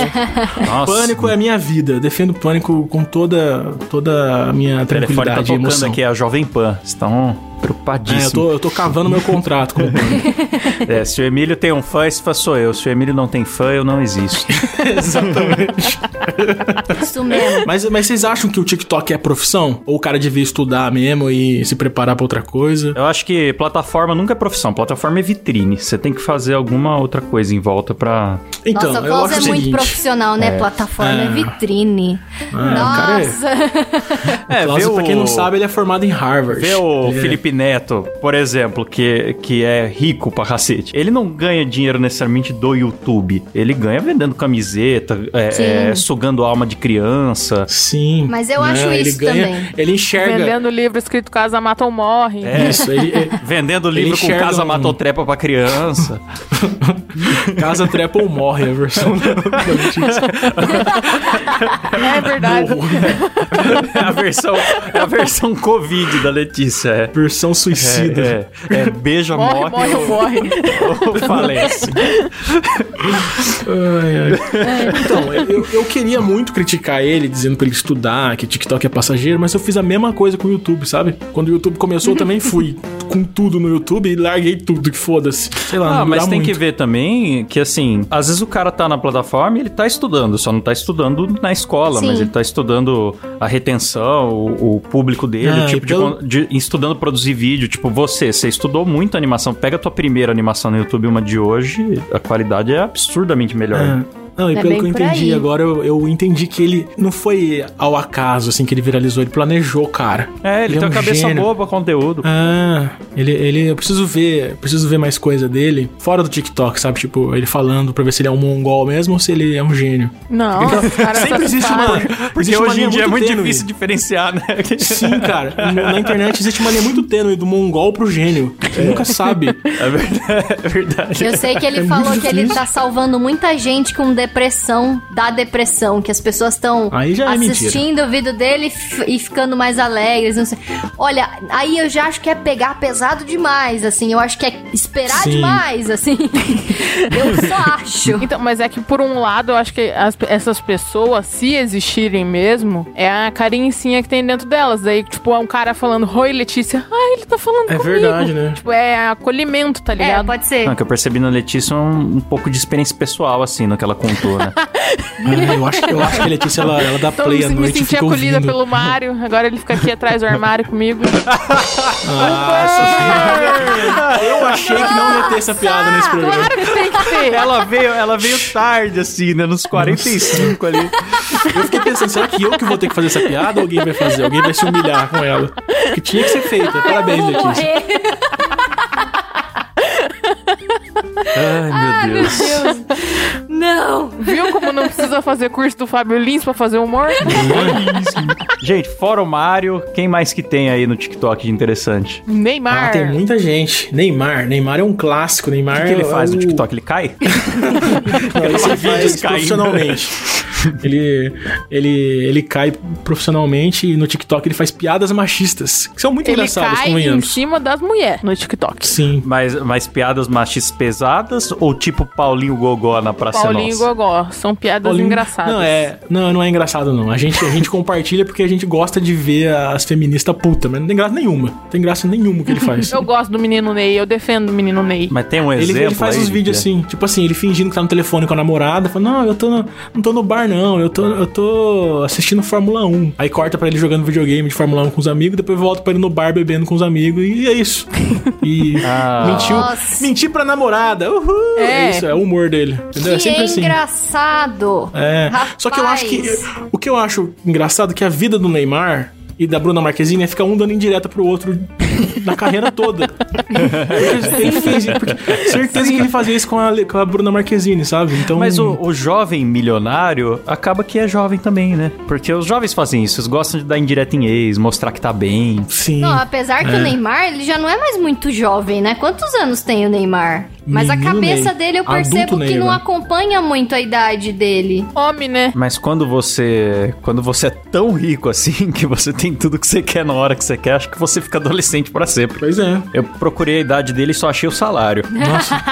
S1: Nossa.
S2: Pânico é a minha vida. Defendo pânico com toda, toda a minha
S1: O telefone tá
S2: tranquilidade e
S1: tocando
S2: emoção.
S1: aqui, é a Jovem Pan. Estão
S2: É, eu,
S1: preocupadíssimos.
S2: tô, eu tô cavando meu contrato com o pânico.
S1: É, se o Emílio tem um fã, esse fã sou eu. Se o Emílio não tem fã, eu não existo.
S2: Exatamente.
S3: Isso mesmo.
S2: Mas, mas vocês acham que o TikTok é profissão? Ou o cara devia estudar mesmo e se preparar pra outra coisa?
S1: Eu acho que plataforma nunca é profissão, plataforma é vitrine. Você tem que fazer alguma outra coisa em volta pra.
S2: Então,
S3: Nossa, a
S2: eu
S3: voz
S2: acho
S3: é
S2: o
S3: muito
S2: seguinte.
S3: profissional, né? Plataforma é
S2: Ah.
S3: vitrine.
S2: cara é-
S3: Nossa.
S1: É,
S2: Klaus,
S1: vê o-
S2: pra quem não sabe, ele é formado em Harvard.
S1: Vê o
S2: Ele é-
S1: Felipe Neto, por exemplo, que, que é rico pra cacete. Ele não ganha dinheiro necessariamente do YouTube. Ele ganha vendendo camiseta, é,
S3: Sim.
S1: é, sugando alma de criança.
S2: Sim.
S3: Mas eu
S2: né,
S3: acho
S2: ele
S3: isso
S2: ganha-
S3: também.
S2: Ele enxerga...
S4: Vendendo livro escrito Casa Mata ou Morre.
S1: É.
S2: Isso, ele... é-
S1: Vendendo
S2: Ele
S1: livro com
S2: enxerga
S1: casa
S2: um-
S1: matotrepa pra criança.
S2: Casa trepa ou morre, a versão da da notícia.
S4: É verdade.
S1: é, a versão, é a versão Covid da Letícia. É.
S2: Versão suicida.
S1: É, é, é, beija,
S4: Morre,
S1: morre,
S4: morre ou morre.
S1: ou, ou falece.
S2: Ai,
S3: É.
S2: ai. Então, eu, eu queria muito criticar ele, dizendo pra ele estudar, que TikTok é passageiro, mas eu fiz a mesma coisa com o YouTube, sabe? Quando o YouTube começou, eu também fui com tudo no YouTube e larguei tudo, que foda-se. Sei lá,
S1: Ah,
S2: não
S1: mas tem que
S2: muito.
S1: ver também que, assim, às vezes o cara tá na plataforma e ele tá estudando, só não tá estudando na escola,
S3: Sim.
S1: mas ele tá estudando a retenção, o, o público dele,
S2: Ah,
S1: o tipo
S2: e
S1: de
S2: pelo-
S1: con- de, Estudando produzir vídeo, tipo, você, você estudou muito animação, pega a tua primeira animação no YouTube, uma de hoje, a qualidade é absurdamente melhor.
S2: É. Não, e
S3: É
S2: pelo
S3: bem
S2: que eu
S3: por
S2: entendi
S3: aí.
S2: agora, eu, eu entendi que ele não foi ao acaso, assim, que ele viralizou, ele planejou, cara.
S1: É, ele, tem
S2: é
S1: uma
S2: um
S1: cabeça
S2: gênio.
S1: boa pra conteúdo.
S2: Ah, ele, ele. Eu preciso ver. Preciso ver mais coisa dele. Fora do TikTok, sabe? Tipo, ele falando pra ver se ele é um mongol mesmo ou se ele é um gênio.
S4: Não, os caras
S2: Sempre existe
S4: satisfazem.
S2: uma.
S1: Porque
S2: existe uma
S1: hoje
S2: linha
S1: em dia é muito
S2: tênue.
S1: difícil diferenciar, né?
S2: Sim, cara. No- Na internet existe uma linha muito tênue do mongol pro gênio. Você nunca sabe.
S1: É verdade. É verdade.
S3: Eu sei que ele
S2: É
S3: falou
S2: muito
S3: que ele
S2: difícil.
S3: tá salvando muita gente com depressão, da depressão, que as pessoas estão
S2: Aí já é mentira.
S3: assistindo o vídeo dele e f- e ficando mais alegres, não sei. Olha, aí eu já acho que é pegar pesado demais, assim, eu acho que é esperar
S2: Sim.
S3: demais, assim. eu só acho.
S4: Então, mas é que por um lado, eu acho que as- essas pessoas, se existirem mesmo, é a carincinha que tem dentro delas. Daí, tipo, é um cara falando, Oi, Letícia. Ah, ele tá falando
S2: É
S4: comigo.
S2: verdade, né?
S4: Tipo, é acolhimento, tá
S3: É,
S4: ligado?
S3: pode ser.
S1: Não, que eu percebi na Letícia um, um pouco de experiência pessoal, assim, no que ela contou. perguntou, né?
S2: Ah, eu, acho, eu acho que a Letícia ela, ela dá
S4: Então
S2: play
S4: eu
S2: à
S4: me
S2: noite e
S4: senti
S2: fica
S4: acolhida
S2: ouvindo.
S4: pelo Mário. Agora ele fica aqui atrás do armário comigo.
S2: Ah, Eu achei que não ia ter essa piada nesse programa.
S4: Claro que tem que ter.
S1: Ela veio, ela veio tarde, assim, né? Nos 45 ali.
S2: Eu fiquei pensando, será que eu que vou ter que fazer essa piada ou alguém vai fazer? Alguém vai se humilhar com ela. Que tinha que ser feita. Parabéns,
S3: Vou
S2: Letícia.
S3: morrer.
S1: Ai, meu Deus.
S3: Não.
S4: Viu como não precisa fazer curso do Fábio Lins pra fazer humor?
S1: Gente, fora o Mário, quem mais que tem aí no TikTok de interessante?
S4: Neymar.
S2: Ah, tem muita gente. Neymar. Neymar é um clássico. Neymar
S1: O que, que ele
S2: é
S1: faz
S2: o-
S1: no TikTok? Ele cai?
S2: Não, esse
S1: Ele
S2: faz
S1: faz caindo.
S2: profissionalmente. Ele, ele, ele cai profissionalmente e no TikTok ele faz piadas machistas, que são muito
S4: ele
S2: engraçadas,
S4: cai em
S2: convenhamos.
S4: cima das mulheres no TikTok.
S2: Sim.
S1: Mas, mas piadas machis pesadas ou tipo Paulinho Gogó na Praça
S4: Paulinho e
S1: Nossa?
S4: Gogó. São piadas
S2: Paulinho-
S4: engraçadas.
S2: Não, é, não, não é engraçado, não. A gente, a gente compartilha porque a gente gosta de ver as feministas puta, mas não tem graça nenhuma. Não tem graça nenhuma o que ele faz.
S4: Eu gosto do menino Ney, eu defendo o menino Ney.
S1: Mas tem um
S2: Ele,
S1: exemplo
S2: ele faz
S1: aí
S2: uns
S1: de
S2: vídeos
S1: que- é
S2: assim, tipo assim, ele fingindo que tá no telefone com a namorada, falando, não, eu tô no, não tô no bar, não, eu tô, eu tô assistindo Fórmula 1. Aí corta pra ele jogando videogame de Fórmula 1 com os amigos, depois volta pra ele no bar bebendo com os amigos, e é isso. E
S1: Ah.
S2: mentiu.
S3: Nossa.
S2: Mentir pra namorada. Uhul!
S4: É.
S2: É. isso, é o humor dele. Entendeu? é
S3: Que
S2: sempre assim.
S3: engraçado.
S2: É.
S3: Rapaz.
S2: Só que eu acho que. O que eu acho engraçado é que a vida do Neymar. E da Bruna Marquezine é ficar um dando indireta pro outro na carreira toda. Porque ele fez isso, porque certeza que ele fazia isso com a, Le- com a Bruna Marquezine, sabe? Então,
S1: Mas o, o jovem milionário acaba que é jovem também, né? Porque os jovens fazem isso, eles gostam de dar indireta em ex, mostrar que tá bem.
S2: Sim.
S3: Não, apesar que o Neymar, ele já não é mais muito jovem, né? Quantos anos tem o Neymar? Mas a
S2: Menino
S3: cabeça
S2: Ney.
S3: dele eu
S2: Adulto
S3: percebo que
S2: Ney,
S3: não
S2: né?
S3: acompanha muito a idade dele.
S4: Homem, né?
S1: Mas quando você, quando você é tão rico assim que você tem tudo que você quer na hora que você quer, acho que você fica adolescente pra sempre.
S2: Pois é.
S1: Eu procurei a idade dele e só achei o salário.
S2: Nossa,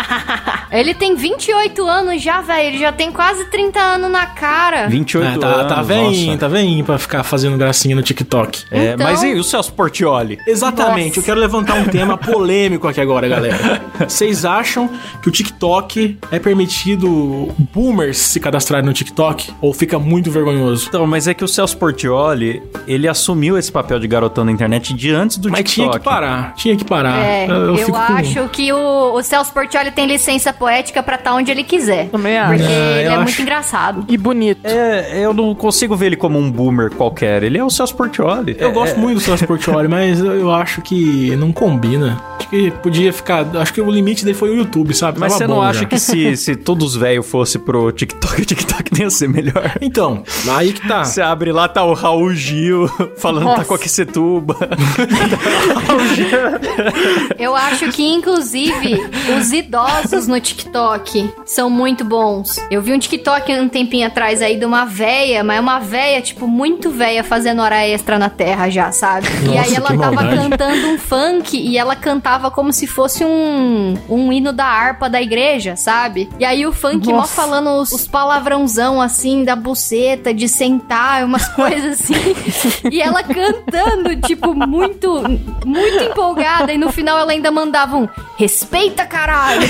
S3: Ele tem 28 anos já, velho. Ele já tem quase 30 anos na cara.
S1: 28
S2: é, tá,
S1: anos.
S2: tá veinho,
S1: nossa.
S2: tá veinho pra ficar fazendo gracinha no TikTok.
S1: É,
S3: Então-
S1: Mas e o Celso Portioli?
S2: Exatamente,
S3: Nossa.
S2: eu quero levantar um tema polêmico aqui agora, galera. Vocês acham que o TikTok é permitido boomers se cadastrarem no TikTok? Ou fica muito vergonhoso?
S1: Então, mas é que o Celso Portioli, ele assumiu esse papel de garotão na internet de antes do
S2: Mas tinha
S1: TikTok.
S2: que parar, tinha que parar.
S3: É, eu,
S2: fico com-
S3: acho que o, o Celso Portioli tem licença poética pra estar onde ele quiser.
S4: Também acho.
S3: Porque
S2: Ah,
S3: ele
S2: eu
S3: é
S2: acho.
S3: muito engraçado.
S4: E bonito.
S1: É, eu não consigo ver ele como um boomer qualquer. Ele é o Celso Portioli.
S2: Eu
S1: É-
S2: gosto muito do Celso Portioli, mas eu- eu acho que não combina. Acho que podia ficar. Acho que o limite dele foi o YouTube, sabe?
S1: É, Mas
S2: Tava
S1: você
S2: bom
S1: não
S2: já.
S1: acha que se, se todos os velhos fossem pro TikTok, o TikTok nem ia ser melhor?
S2: Então, aí que tá.
S1: Você abre lá, tá o Raul Gil falando
S4: Nossa.
S1: tá com a Quecetuba.
S3: Eu acho que, inclusive, os idosos no TikTok são muito bons. Eu vi um TikTok um tempinho atrás aí de uma véia, mas é uma véia, tipo, muito véia fazendo hora extra na terra já, sabe? e
S2: Nossa,
S3: aí ela
S2: que
S3: tava
S2: maldade.
S3: cantando um funk e ela cantava como se fosse um, um hino da harpa da igreja, sabe? E aí o funk mó
S4: Nossa.
S3: falando os, os palavrãozão assim, da buceta, de sentar, umas coisas assim. e ela cantando, tipo, muito, muito empolgada. E no final ela ainda mandava um respeita, caralho.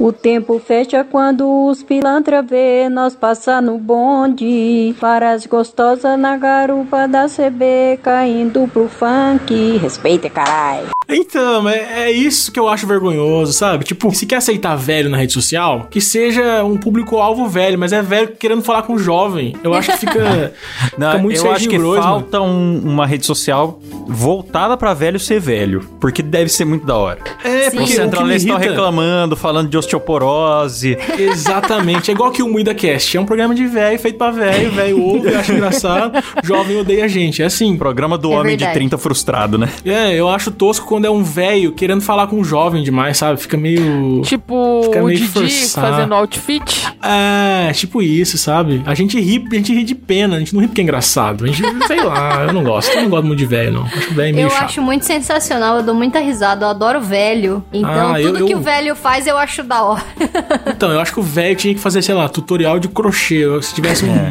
S6: O tempo fecha quando os pilantra vê nós passar no bonde. Para as gostosas na garupa da CB caindo pro funk. Respeita, carai.
S2: Então, é, é isso que eu acho vergonhoso, sabe? Tipo, se quer aceitar velho na rede social, que seja um público-alvo velho, mas é velho querendo falar com jovem. Eu acho que fica, fica muito
S1: eu acho
S2: Serginho
S1: que
S2: Groisman.
S1: falta um- uma rede social voltada pra velho ser velho. Porque deve ser muito da hora.
S2: É,
S1: Os
S3: Sim.
S2: porque o que me
S1: centralistas estão
S2: irrita...
S1: reclamando, falando de osteoporose.
S2: Exatamente. É igual que o Muida Cast. É um programa de velho, feito pra velho. Velho ouve, acha engraçado. Jovem odeia a gente. É assim.
S1: Programa do
S3: É
S1: homem de
S3: verdade.
S1: 30 frustrado, né?
S2: É, eu acho tosco quando é um velho querendo falar com um jovem demais, sabe? Fica meio.
S4: Tipo
S2: Fica
S4: o
S2: meio
S4: Didi
S2: forçado.
S4: fazendo outfit.
S2: É, tipo isso, sabe? A gente ri, a gente ri de pena, a gente não ri porque é engraçado. A gente, sei lá, eu não gosto. Eu não gosto muito de velho, não. Acho velho meio
S3: Eu
S2: chato.
S3: acho muito sensacional, eu dou muita risada, eu adoro velho. Então
S2: Ah, eu-
S3: tudo que
S2: eu-
S3: o velho faz eu acho da hora.
S2: Então, eu acho que o velho tinha que fazer, sei lá, tutorial de crochê. Se tivesse uma.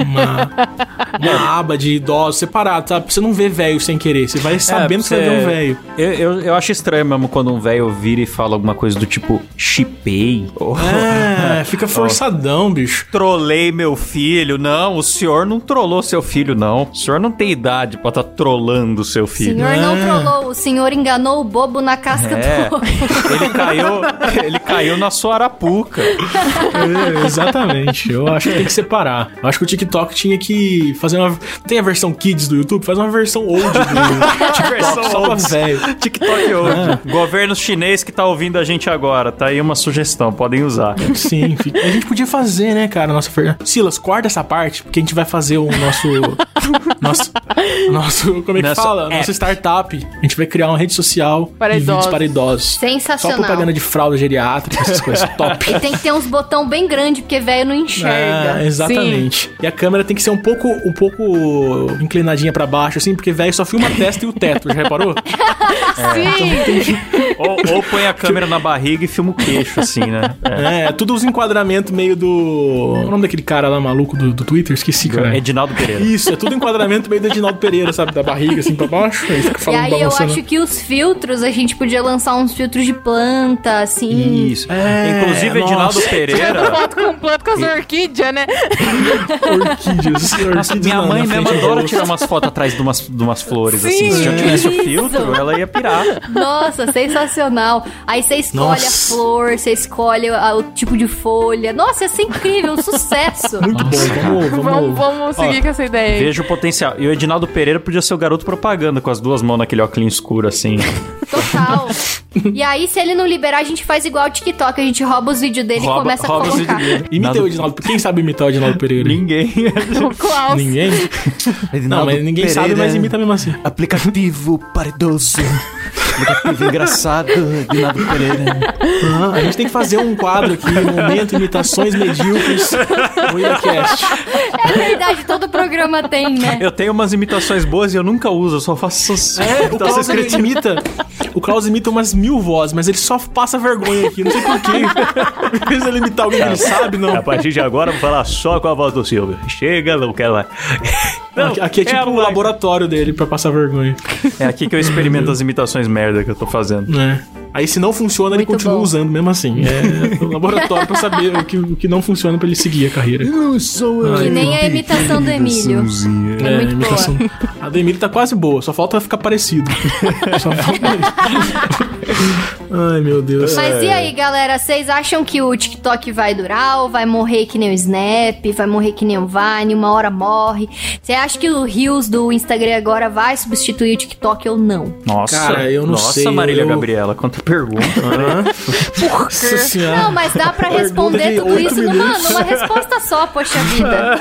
S2: uma aba de idosos separado, sabe? Você não vê velho sem querer. Você vai sabendo que você vai
S1: porque-
S2: ver um velho.
S1: É, Eu, eu, eu acho estranho mesmo quando um velho vira e fala alguma coisa do tipo chipei ou
S2: É, fica forçadão, bicho.
S1: trolei meu filho. Não, o senhor não trollou seu filho, não. O senhor não tem idade pra estar tá trolando seu
S3: O
S1: filho.
S3: senhor não
S2: Ah.
S3: trollou, o senhor enganou o bobo na casca
S1: É,
S3: do ovo.
S1: ele caiu, ele caiu na sua arapuca.
S2: É, exatamente. Eu acho que tem que separar. Eu acho que o TikTok tinha que fazer uma. Tem a versão Kids do YouTube? Faz uma versão old do TikTok
S1: Versão
S2: só pra
S1: old.
S2: velho.
S1: TikTok hoje. Ah. Governo chinês que tá ouvindo a gente agora, tá aí uma sugestão, podem usar.
S2: Sim, fica- a gente podia fazer, né, cara, a nossa fer... Silas, corta essa parte, porque a gente vai fazer o nosso nosso nosso, como é que
S1: Nosso
S2: fala?
S1: app.
S2: Nossa startup. A gente vai criar uma rede social
S4: Para
S2: de vídeos
S4: idosos.
S2: para idosos. Só
S3: Sensacional.
S2: propaganda de fralda geriátrica, essas coisas top.
S3: E tem que ter uns botão bem grande, porque velho não enxerga.
S2: Ah, exatamente. E a câmera tem que ser um pouco, um pouco inclinadinha pra baixo, assim, porque velho só filma a testa e o teto, já reparou?
S4: Sim!
S1: Ou, ou põe a câmera na barriga e filma o queixo, assim, né? É.
S2: É, tudo os enquadramentos meio do. O nome daquele cara lá maluco do, do Twitter? Esqueci, cara.
S1: Edinaldo Pereira.
S2: Isso, é tudo enquadramento meio do Edinaldo Pereira, sabe? Da barriga assim pra baixo. Ele fica
S3: E
S2: falando
S3: aí eu
S2: balançando.
S3: acho que os filtros, a gente podia lançar uns filtros de planta, assim.
S1: Isso. Inclusive, Edinaldo
S2: nossa.
S1: Pereira.
S4: Tirando foto com planta com as orquídeas, né?
S2: Orquídeas.
S1: Nossa, minha mãe mesmo adora tirar umas fotos atrás de umas, de umas flores,
S4: Sim,
S1: assim. Se eu
S2: é.
S1: tivesse o
S3: Isso.
S1: filtro, ela ia pirar.
S3: Nossa, sensacional. Aí você escolhe a
S2: Nossa.
S3: flor, você escolhe a- o tipo de folha. Nossa, ia ser incrível, um sucesso.
S2: Muito bom, vamos, vamos.
S4: Vamos, vamos seguir com essa ideia aí.
S1: Veja o potencial. E o Edinaldo Pereira podia ser o garoto propaganda, com as duas mãos naquele óculos escuro, assim.
S3: Total. E aí, se ele não liberar, a gente faz igual o TikTok. A gente rouba os vídeos dele e começa a
S1: os
S3: colocar.
S1: vídeos dele.
S2: Imita o Edinaldo. Quem sabe imitar o Edinaldo Pereira?
S1: Ninguém.
S4: O Klaus.
S2: Ninguém? Não, mas ninguém sabe, mas imita mesmo assim.
S5: Aplicativo para idoso. Aplicativo engraçado de nada Pereira.
S2: Ah, a gente tem que fazer um quadro aqui, momento imitações medíocres no IdaCast.
S3: É verdade, todo programa tem, né?
S1: Eu tenho umas imitações boas e eu nunca uso, eu só faço Então, essas
S2: É, o
S1: imitações
S2: Klaus ele
S1: criativas.
S2: imita. O Klaus imita umas mil vozes, mas ele só passa vergonha aqui, não sei porquê. Às vezes ele imitar alguém que ele sabe, não.
S1: partir de agora, vou falar só com a voz do Silvio. Chega, não quero mais.
S2: Aqui- aqui é tipo o laboratório dele pra passar vergonha.
S1: É aqui que eu experimento as imitações merda que eu tô fazendo.
S2: né? Aí se não funciona, ele
S3: Muito
S2: continua
S3: bom.
S2: usando mesmo assim. É o laboratório pra saber o que, o que não funciona pra ele seguir a carreira.
S3: Hum,
S5: Não sou
S3: Que
S5: eu.
S3: nem a imitação do Emílio.
S5: Imitaçãozinha.
S3: É, muito boa.
S2: A do Emílio tá quase boa, só falta ficar parecido. Só falta isso. Ai, meu Deus.
S3: Mas e aí, galera? Vocês acham que o TikTok vai durar ou vai morrer que nem o Snap? Vai morrer que nem o Vine? Uma hora morre? Você acha que o Reels do Instagram agora vai substituir o TikTok ou não?
S1: Nossa,
S2: Cara, eu não
S1: nossa,
S2: sei,
S1: Marília
S2: eu-
S1: Gabriela, quanta pergunta.
S2: né? Nossa senhora.
S3: Não, mas dá pra responder
S2: é. de
S3: tudo
S2: oito
S3: isso numa,
S2: minutos.
S3: numa resposta só, poxa vida.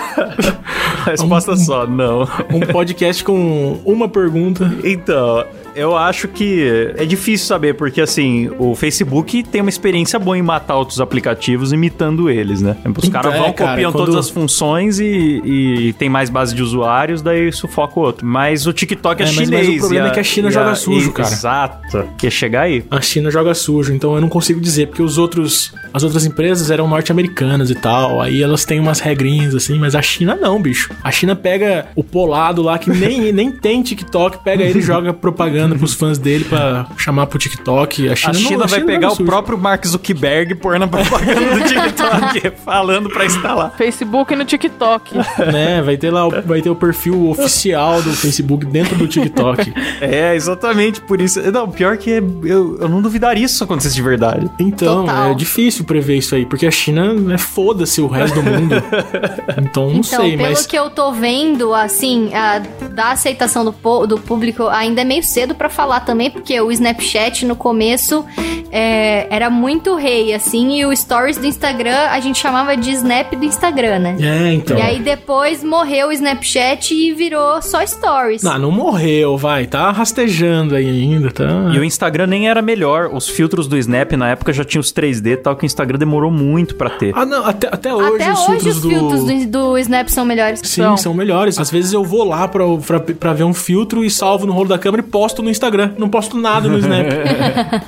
S2: é
S1: Resposta só, não.
S2: Um podcast com uma pergunta.
S1: Então, eu acho que é difícil saber, porque assim, o Facebook tem uma experiência boa em matar outros aplicativos imitando eles, né? Os
S2: Então,
S1: caras
S2: é,
S1: vão,
S2: cara,
S1: copiam
S2: quando-
S1: todas as funções e, e tem mais base de usuários, daí sufoca o outro. Mas o TikTok é,
S2: É, mas- mas
S1: chinês.
S2: o problema
S1: e
S2: é que a China
S1: e
S2: joga sujo,
S1: e-
S2: cara.
S1: Exato. Quer chegar aí.
S2: A China joga sujo, então eu não consigo dizer, porque os outros, as outras empresas eram norte-americanas e tal, aí elas têm umas regrinhas assim, mas a China não, bicho. A China pega o polado lá, que nem, nem tem TikTok, pega ele e joga propaganda pros fãs dele pra chamar pro TikTok. A China,
S1: A
S2: não-
S1: China vai
S2: joga
S1: pegar o
S2: sujo.
S1: próprio Mark Zuckerberg e pôr na propaganda do TikTok, falando pra instalar.
S4: Facebook no TikTok.
S2: Né, vai ter lá, o- vai ter o perfil oficial do Facebook dentro do TikTok.
S1: É, exatamente por isso. Não, pior que é- eu, eu não duvidaria isso acontecesse de verdade.
S2: Então,
S3: Total.
S2: é difícil prever isso aí, porque a China é foda-se o resto do mundo. Então, não
S3: então,
S2: sei,
S3: pelo
S2: mas...
S3: que eu tô vendo, assim, a- da aceitação do, po- do público, ainda é meio cedo pra falar também, porque o Snapchat no começo é, era muito rei, assim, e o Stories do Instagram a gente chamava de Snap do Instagram, né?
S2: É, então...
S3: E aí depois morreu o Snapchat e virou só Stories.
S2: Não, não morreu, vai. Tá rastejando aí ainda, tá?
S1: E o Instagram nem era melhor. Os filtros do Snap na época já tinham os 3D e tal, que o Instagram demorou muito pra ter.
S2: Ah, não, até, até hoje
S3: Até
S2: os
S3: hoje
S2: filtros
S3: os
S2: do...
S3: filtros do, do Snap são melhores.
S2: Sim,
S4: são.
S2: são melhores. Às vezes eu vou lá pra, pra, pra ver um filtro e salvo no rolo da câmera e posto no Instagram. Não posto nada no Snap.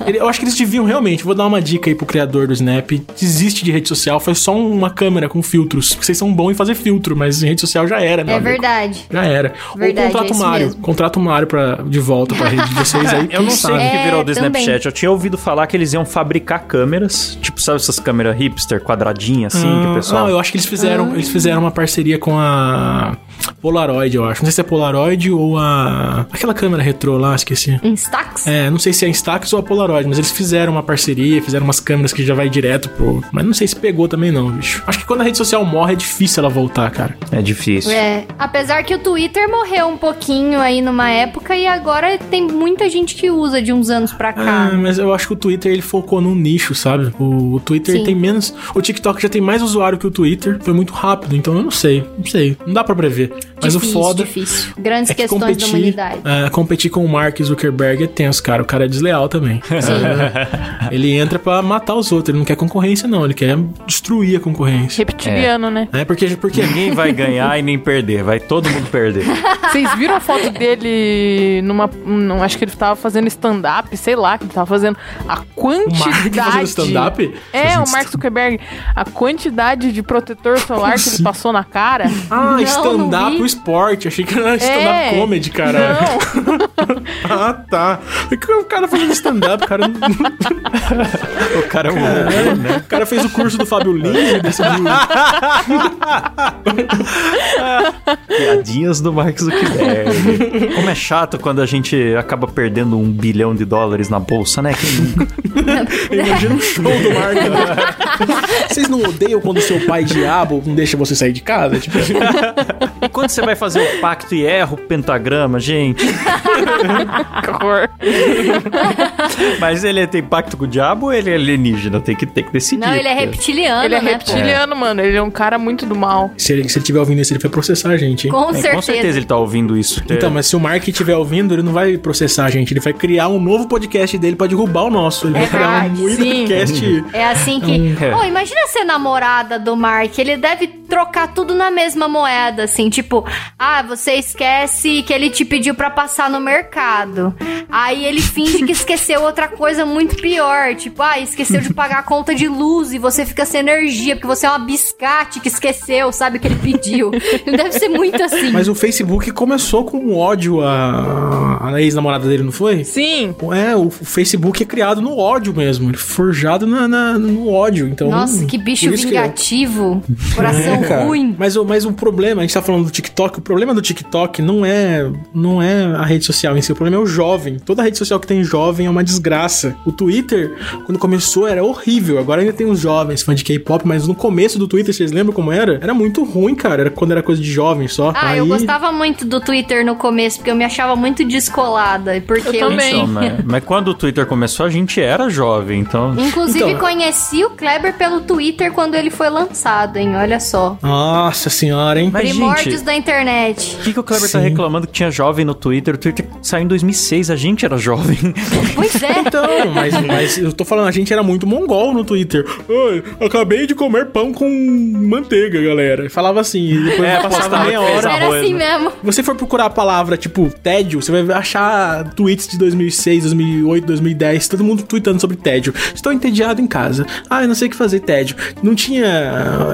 S2: Ele- eu acho que eles Silvinho, realmente, vou dar uma dica aí pro criador do Snap. Desiste de rede social, faz só uma câmera com filtros. Vocês são bons em fazer filtro, mas em rede social já era, né?
S3: É
S2: amigo?
S3: verdade.
S2: Já era.
S3: Verdade,
S2: Ou contrata
S3: é
S2: o
S3: isso
S2: Mário.
S3: mesmo.
S2: Contrata o Mário pra, de volta pra rede de vocês aí.
S1: Eu não sei o
S3: sabe?
S1: que virou do
S3: É, também.
S1: Snapchat. Eu tinha ouvido falar que eles iam fabricar câmeras. Tipo, sabe essas câmeras hipster, quadradinhas, assim, que o pessoal...
S2: Ah. Não, eu acho que eles
S3: Ah.
S2: fizeram, eles fizeram uma parceria com a Polaroid, eu acho. Não sei se é Polaroid ou a. Aquela câmera retrô lá, esqueci.
S3: Instax?
S2: É, não sei se é a Instax ou a Polaroid, mas eles fizeram uma parceria, fizeram umas câmeras que já vai direto pro. Mas não sei se pegou também, não, bicho. Acho que quando a rede social morre é difícil ela voltar, cara.
S1: É difícil.
S3: É, apesar que o Twitter morreu um pouquinho aí numa época e agora tem muita gente que usa de uns anos pra cá.
S2: Ah, mas eu acho que o Twitter ele focou num nicho, sabe? O, o Twitter
S3: Sim.
S2: tem menos. O TikTok já tem mais usuário que o Twitter. Foi muito rápido, então eu não sei. Não sei. Não dá pra prever. Mas
S3: difícil,
S2: o foda.
S3: difícil. Grandes
S2: É que
S3: questões
S2: competir,
S3: da humanidade.
S2: ah, competir com o Mark Zuckerberg é tenso, cara. O cara é desleal também. É, ele entra pra matar os outros. Ele não quer concorrência, não. Ele quer destruir a concorrência.
S4: Reptiliano, né?
S2: É porque, porque
S1: Ninguém vai ganhar e nem perder. Vai todo mundo perder.
S4: Vocês viram a foto dele numa. Não, acho que ele tava fazendo stand-up, sei lá, que ele tava fazendo. A
S2: o Mark
S4: quantidade.
S2: fazendo stand-up?
S4: É,
S2: Fazendo
S4: o Mark Zuckerberg. A quantidade de protetor solar que ele passou na cara.
S2: Ah,
S3: Não, não
S2: stand-up
S3: vi.
S2: o esporte. Achei que era stand-up
S4: É.
S2: comedy, caralho.
S4: Não,
S2: Ah, tá. O que O cara fazendo stand-up, cara.
S1: o cara é um louco, né?
S2: O cara fez o curso do Fábio Lins e decidiu.
S1: Piadinhas do Mark Zuckerberg. Como é chato quando a gente acaba perdendo um bilhão de dólares na bolsa, né? Quem nunca?
S2: Imagina um show do Mark. né? Vocês não odeiam quando seu pai diabo não deixa você sair de casa? Tipo,
S1: E quando você vai fazer o pacto e erra o pentagrama, gente?
S4: que horror.
S1: Mas ele tem pacto com o diabo ou ele é alienígena? Tem que, tem que decidir.
S3: Não, ele é
S1: porque-
S3: reptiliano,
S4: Ele é
S3: né?
S4: reptiliano, mano. Ele é um cara muito do mal.
S2: Se ele, se ele tiver ouvindo isso, ele vai processar a gente, hein?
S3: Com,
S1: É,
S3: certeza.
S1: com certeza ele tá ouvindo isso.
S2: Então, mas se o Mark estiver ouvindo, ele não vai processar a gente. Ele vai criar um novo podcast dele pra derrubar o nosso. Ele vai
S3: É
S2: criar
S3: verdade,
S2: um muito
S4: sim.
S2: podcast.
S3: É assim que.
S1: É.
S3: Pô, imagina ser namorada do Mark. Ele deve trocar tudo na mesma moeda, assim. Tipo, ah, você esquece que ele te pediu pra passar no mercado. Aí ele finge que esqueceu outra coisa muito pior. Tipo, ah, esqueceu de pagar a conta de luz e você fica sem energia, porque você é uma biscate que esqueceu, sabe, que ele pediu. Ele deve ser muito assim.
S2: Mas o Facebook começou com ódio à, à ex-namorada dele, não foi?
S4: Sim.
S2: É, o Facebook é criado no ódio mesmo. Ele é forjado na, na- no ódio. Então,
S3: Nossa, que bicho
S2: por isso que-
S3: vingativo. Coração
S2: É, cara.
S3: ruim.
S2: Mas, o- mas o problema, a gente tá falando do TikTok, o problema do TikTok não é, não é a rede social em si, o problema é o jovem. Toda rede social que tem jovem é uma desgraça. O Twitter, quando começou, era horrível. Agora ainda tem os jovens fãs de K-pop, mas no começo do Twitter, vocês lembram como era? Era muito ruim, cara. Era quando era coisa de jovem só.
S3: Ah, eu gostava muito do Twitter no começo, porque eu me achava muito descolada. Porque
S4: Eu também.
S1: Então, né? Mas quando o Twitter começou, a gente era jovem, então.
S3: Inclusive,
S2: Então-
S3: conheci o Kleber pelo Twitter quando ele foi lançado, hein? Olha só.
S2: Nossa senhora, hein?
S1: Mas,
S3: Primórdios
S1: gente,
S3: da internet.
S1: o que, que o Kleber tá
S2: Sim.
S1: reclamando que tinha jovem no Twitter? O Twitter saiu em 2006, a gente era jovem.
S3: Pois é.
S2: Então, mas, mas eu tô falando, a gente era muito mongol no Twitter. Oi, acabei de comer pão com manteiga, galera. Falava assim, e depois
S1: É,
S2: passava
S1: postava
S2: meia
S1: que fez
S2: hora.
S1: a-
S3: Era
S1: arroz,
S3: assim
S1: né?
S3: mesmo.
S2: Se você for procurar a palavra, tipo, tédio, você vai achar tweets de 2006, 2008, 2010, todo mundo tweetando sobre tédio. Estou entediado em casa. Ah, eu não sei o que fazer, tédio. Não tinha...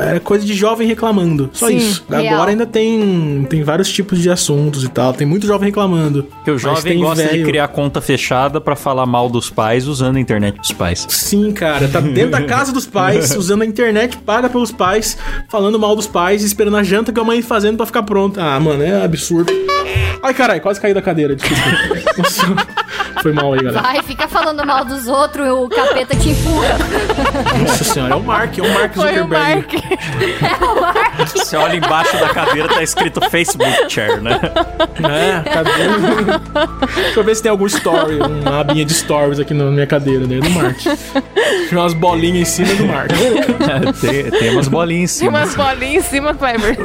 S2: Era coisa de jovem reclamando. Só
S4: Sim,
S2: isso.
S3: real.
S2: Agora ainda tem, tem vários tipos de assuntos e tal. Tem muito jovem reclamando.
S1: Porque o
S2: Mas
S1: jovem
S2: tem
S1: gosta de
S2: velho.
S1: criar conta fechada pra falar mal dos pais usando a internet dos pais.
S2: Sim, cara, tá dentro da casa dos pais, usando a internet paga pelos pais, falando mal dos pais, esperando a janta que a mãe fazendo pra ficar pronta. Ah, mano, é absurdo. Ai, caralho, quase caí da cadeira, desculpa. Nossa, Foi mal aí, galera.
S3: Vai, fica falando mal dos outros, o capeta te empurra.
S2: Nossa senhora, é o Mark, é o Mark
S4: Foi o
S2: Zuckerberg.
S4: Mark.
S1: Você olha embaixo da cadeira, tá escrito Facebook Chair, né?
S2: É, cadê? Deixa eu ver se tem algum story, uma abinha de stories aqui na minha cadeira, né? Do Mark. Tinha umas bolinhas em cima do Mark.
S1: tem, tem umas bolinhas em
S4: Tem
S1: cima.
S4: umas bolinhas em cima, Kleber.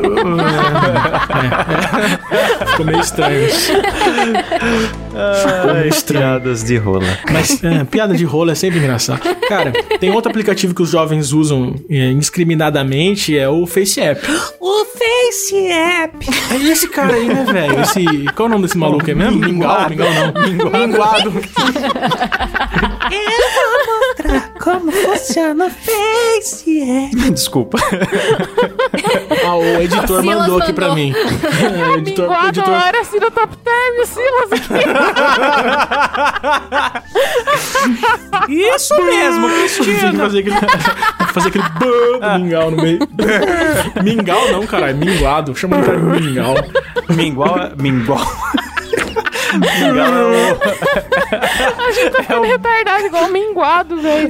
S2: Ficou meio estranho.
S1: Ai, piadas tipo, de rola.
S2: Mas é, piada de rolo é sempre engraçado. Cara, tem outro aplicativo que os jovens usam é, indiscriminadamente, é o Face App.
S7: O Face App.
S2: É esse cara aí, né, velho? Esse, qual é Ah, o nome desse maluco aí mesmo? Mingau, Mingau não. Minguado.
S7: Eu amo como funciona o Face App.
S1: Desculpa.
S2: Ah, o editor
S3: Silas
S2: mandou aqui
S3: mandou.
S2: pra mim. É, o editor, o
S4: Quatro
S2: editor
S4: horas Tá assim no top time, Silas aqui.
S7: Isso mesmo, Ah.
S2: tem que
S7: Cristina.
S2: fazer aquele, fazer aquele bam do mingau no meio. mingau não, caralho, minguado. Chama o cara de mingau.
S1: Mingual é. Mingual. Mingual é o.
S4: é um Retardado, igual minguado, velho.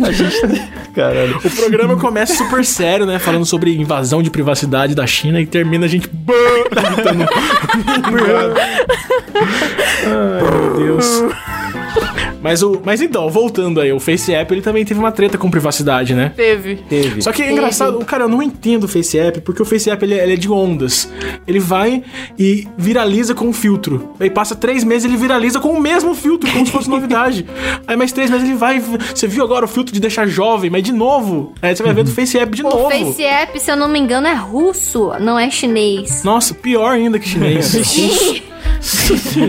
S1: Caralho.
S2: O programa começa super sério, né? Falando sobre invasão de privacidade da China e termina a gente bam, gritando mingau. Ai, meu Deus. Mas, o, mas então, voltando aí, o FaceApp ele também teve uma treta com privacidade, né?
S4: Teve.
S1: Teve.
S2: Só que é engraçado, cara, eu não entendo o FaceApp, porque o FaceApp ele, é- ele é de ondas. Ele vai e viraliza com um filtro. Aí passa três meses ele viraliza com o mesmo filtro, como se fosse novidade. Aí mais três meses ele vai. Você viu agora o filtro de deixar jovem, mas de novo. Aí você vai ver do FaceApp de
S3: O
S2: novo.
S3: Face App, se eu não me engano, é russo, não é chinês.
S2: Nossa, pior ainda que chinês.
S3: Ih,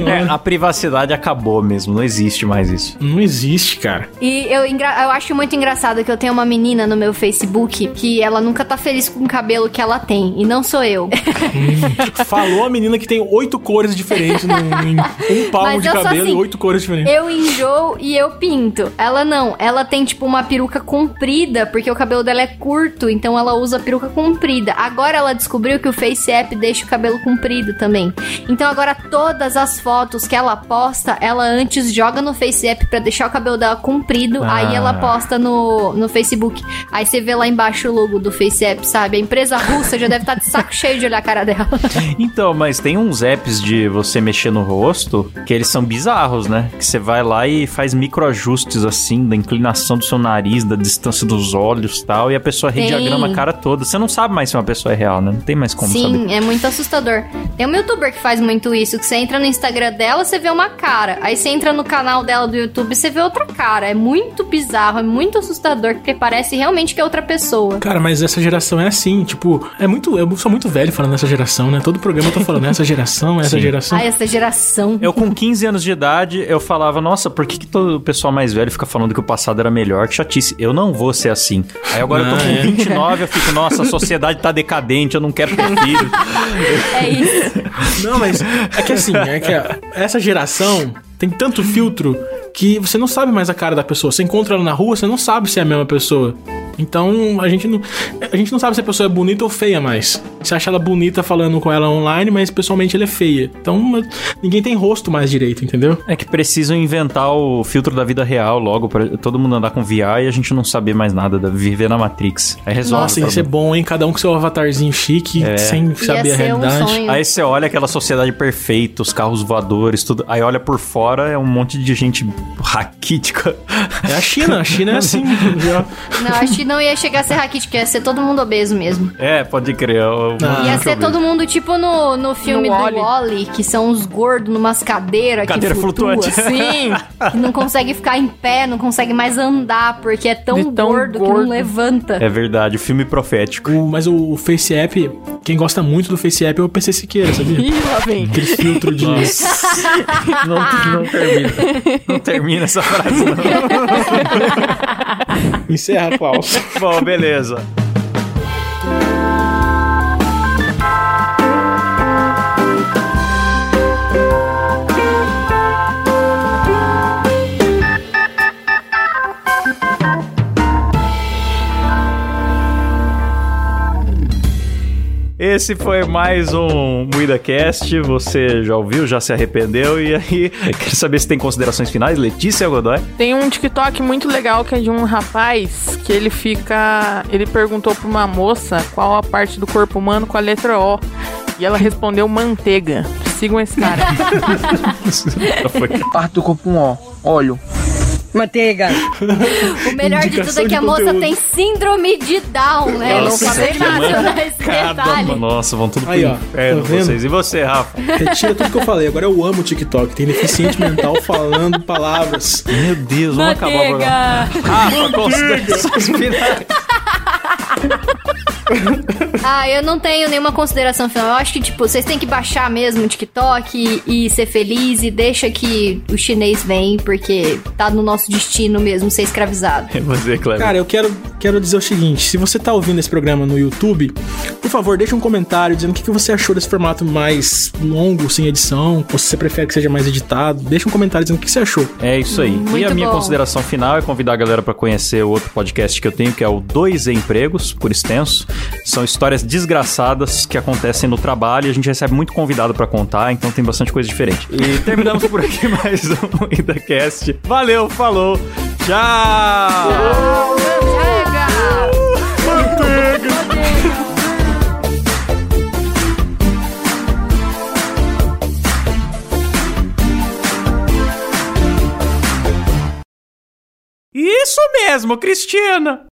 S1: É, a privacidade acabou mesmo, não existe mais isso.
S2: não existe, cara.
S3: E eu, engra- eu acho muito engraçado que eu tenho uma menina no meu Facebook que ela nunca tá feliz com o cabelo que ela tem. E não sou eu.
S2: Falou a menina que tem oito cores diferentes num, em um palmo
S3: Mas
S2: de
S3: eu sou
S2: cabelo e
S3: assim.
S2: oito cores diferentes.
S3: Eu enjoo e eu pinto. Ela não. Ela tem, tipo, uma peruca comprida, porque o cabelo dela é curto, então ela usa peruca comprida. Agora ela descobriu que o Face App deixa o cabelo comprido também. Então agora todas as fotos que ela posta, ela antes joga no Face App pra deixar o cabelo dela comprido,
S1: Ah.
S3: aí ela posta no, no Facebook. Aí você vê lá embaixo o logo do Face App, sabe? A empresa russa já deve estar de saco cheio de olhar a cara dela.
S1: Então, mas tem uns apps de você mexer no rosto que eles são bizarros, né? Que você vai lá e faz microajustes assim, da inclinação do seu nariz, da distância dos olhos e tal, e a pessoa
S3: Tem.
S1: rediagrama a cara toda. Você não sabe mais se uma pessoa é real, né? Não tem mais como
S3: Sim,
S1: saber.
S3: é muito assustador. Tem uma youtuber que faz muito isso, que você entra no Instagram dela, você vê uma cara. Aí você entra no canal dela do YouTube, você vê outra cara. É muito bizarro, é muito assustador, porque parece realmente que é outra pessoa.
S2: Cara, mas essa geração é assim, tipo, é muito. Eu sou muito velho falando dessa geração, né? Todo programa eu tô falando essa geração, essa
S1: Sim.
S2: geração.
S3: Ai, essa geração.
S1: Eu, com 15 anos de idade, eu falava, nossa, por que, que todo o pessoal mais velho fica falando que o passado era melhor? Que chatice. Eu não vou ser assim. Aí agora eu
S2: Ah,
S1: tô com
S2: é.
S1: 29, eu fico, nossa, a sociedade tá decadente, eu não quero ter filho.
S3: É isso.
S2: Não, mas é que assim, é que a- essa geração tem tanto filtro que você não sabe mais a cara da pessoa. Você encontra ela na rua, você não sabe se é a mesma pessoa. Então, a gente não, a gente não sabe se a pessoa é bonita ou feia mais. Você acha ela bonita falando com ela online, mas pessoalmente ela é feia. Então, ninguém tem rosto mais direito, entendeu?
S1: É que precisam inventar o filtro da vida real logo pra todo mundo andar com VR e a gente não saber mais nada, da viver na Matrix. Aí resolve.
S2: Nossa,
S1: o
S2: ia Assim, ser
S1: problema.
S2: bom, hein? Cada um com seu avatarzinho chique, sem saber
S3: Ia
S2: a
S3: ser um
S2: realidade.
S3: sonho.
S1: Aí você olha aquela sociedade perfeita, os carros voadores, tudo. Aí olha por fora, é um monte de gente raquítica.
S2: É a China, a China é assim. entendeu?
S3: Não, acho que não ia chegar a ser raquítico, ia ser todo mundo obeso mesmo.
S1: É, pode crer. eu- eu-
S2: Ah,
S3: ia
S1: nunca
S3: ser
S1: vi.
S3: todo mundo tipo no, no filme
S4: No
S3: do
S4: Wall-E.
S3: Wally, que são os gordos numas cadeiras
S1: Cadeira
S3: que flutua, assim,
S1: flutuante.
S4: Sim.
S3: que não consegue ficar em pé, não consegue mais andar, porque é tão,
S4: De tão
S3: gordo, que
S4: gordo.
S3: não levanta.
S1: É verdade, o filme profético.
S2: O- mas o, o Face App, quem gosta muito do Face App é o PC Siqueira, sabia?
S4: Ih, lá vem.
S2: Aquele filtro de.
S1: Não, não termina. Não termina essa frase, não.
S2: Encerra, Klaus.
S1: Bom, beleza. Esse foi mais um MuidaCast. Você já ouviu, já se arrependeu. E aí, quero saber se tem considerações finais. Letícia Godoy.
S4: Tem um TikTok muito legal que é de um rapaz que ele fica. Ele perguntou pra uma moça qual a parte do corpo humano com a letra O. E ela respondeu manteiga. Sigam esse cara.
S1: Já foi.
S8: Parte do corpo com O. Óleo.
S7: Manteiga.
S3: O melhor de tudo
S2: Indicação
S3: é que
S2: de
S3: a moça
S2: conteúdo.
S3: tem síndrome de Down, né?
S1: Nossa,
S3: não falei
S1: que
S3: nada nesse
S1: Cada
S3: detalhe.
S1: uma- Nossa, vão tudo pro
S2: Aí, ó,
S1: inferno
S2: tá vendo?
S1: vocês. E você, Rafa?
S2: Retira tudo que eu falei. Agora eu amo o TikTok. Tem deficiente mental falando palavras.
S1: Meu Deus, vamos Ah, acabar o programa. Rafa, considerações finais.
S3: Ah, eu não tenho nenhuma consideração final. Eu acho que, tipo, vocês têm que baixar mesmo o TikTok e, e ser feliz e deixa que o chinês vem, porque tá no nosso destino mesmo ser escravizado.
S1: Você, Cleber.
S2: Cara, eu quero, quero dizer o seguinte: se você tá ouvindo esse programa no YouTube, por favor, deixa um comentário dizendo o que, que você achou desse formato mais longo, sem edição, ou se você prefere que seja mais editado. Deixa um comentário dizendo o que, que você achou.
S1: É isso aí. e
S3: Muito
S1: a minha
S3: bom.
S1: consideração final é convidar a galera para conhecer o outro podcast que eu tenho, que é o Dois Empregos, por extenso. São histórias desgraçadas que acontecem no trabalho e a gente recebe muito convidado para contar, então tem bastante coisa diferente. E terminamos por aqui mais um IdaCast. Valeu, falou, tchau!
S4: Chega!
S1: Isso mesmo, Cristina!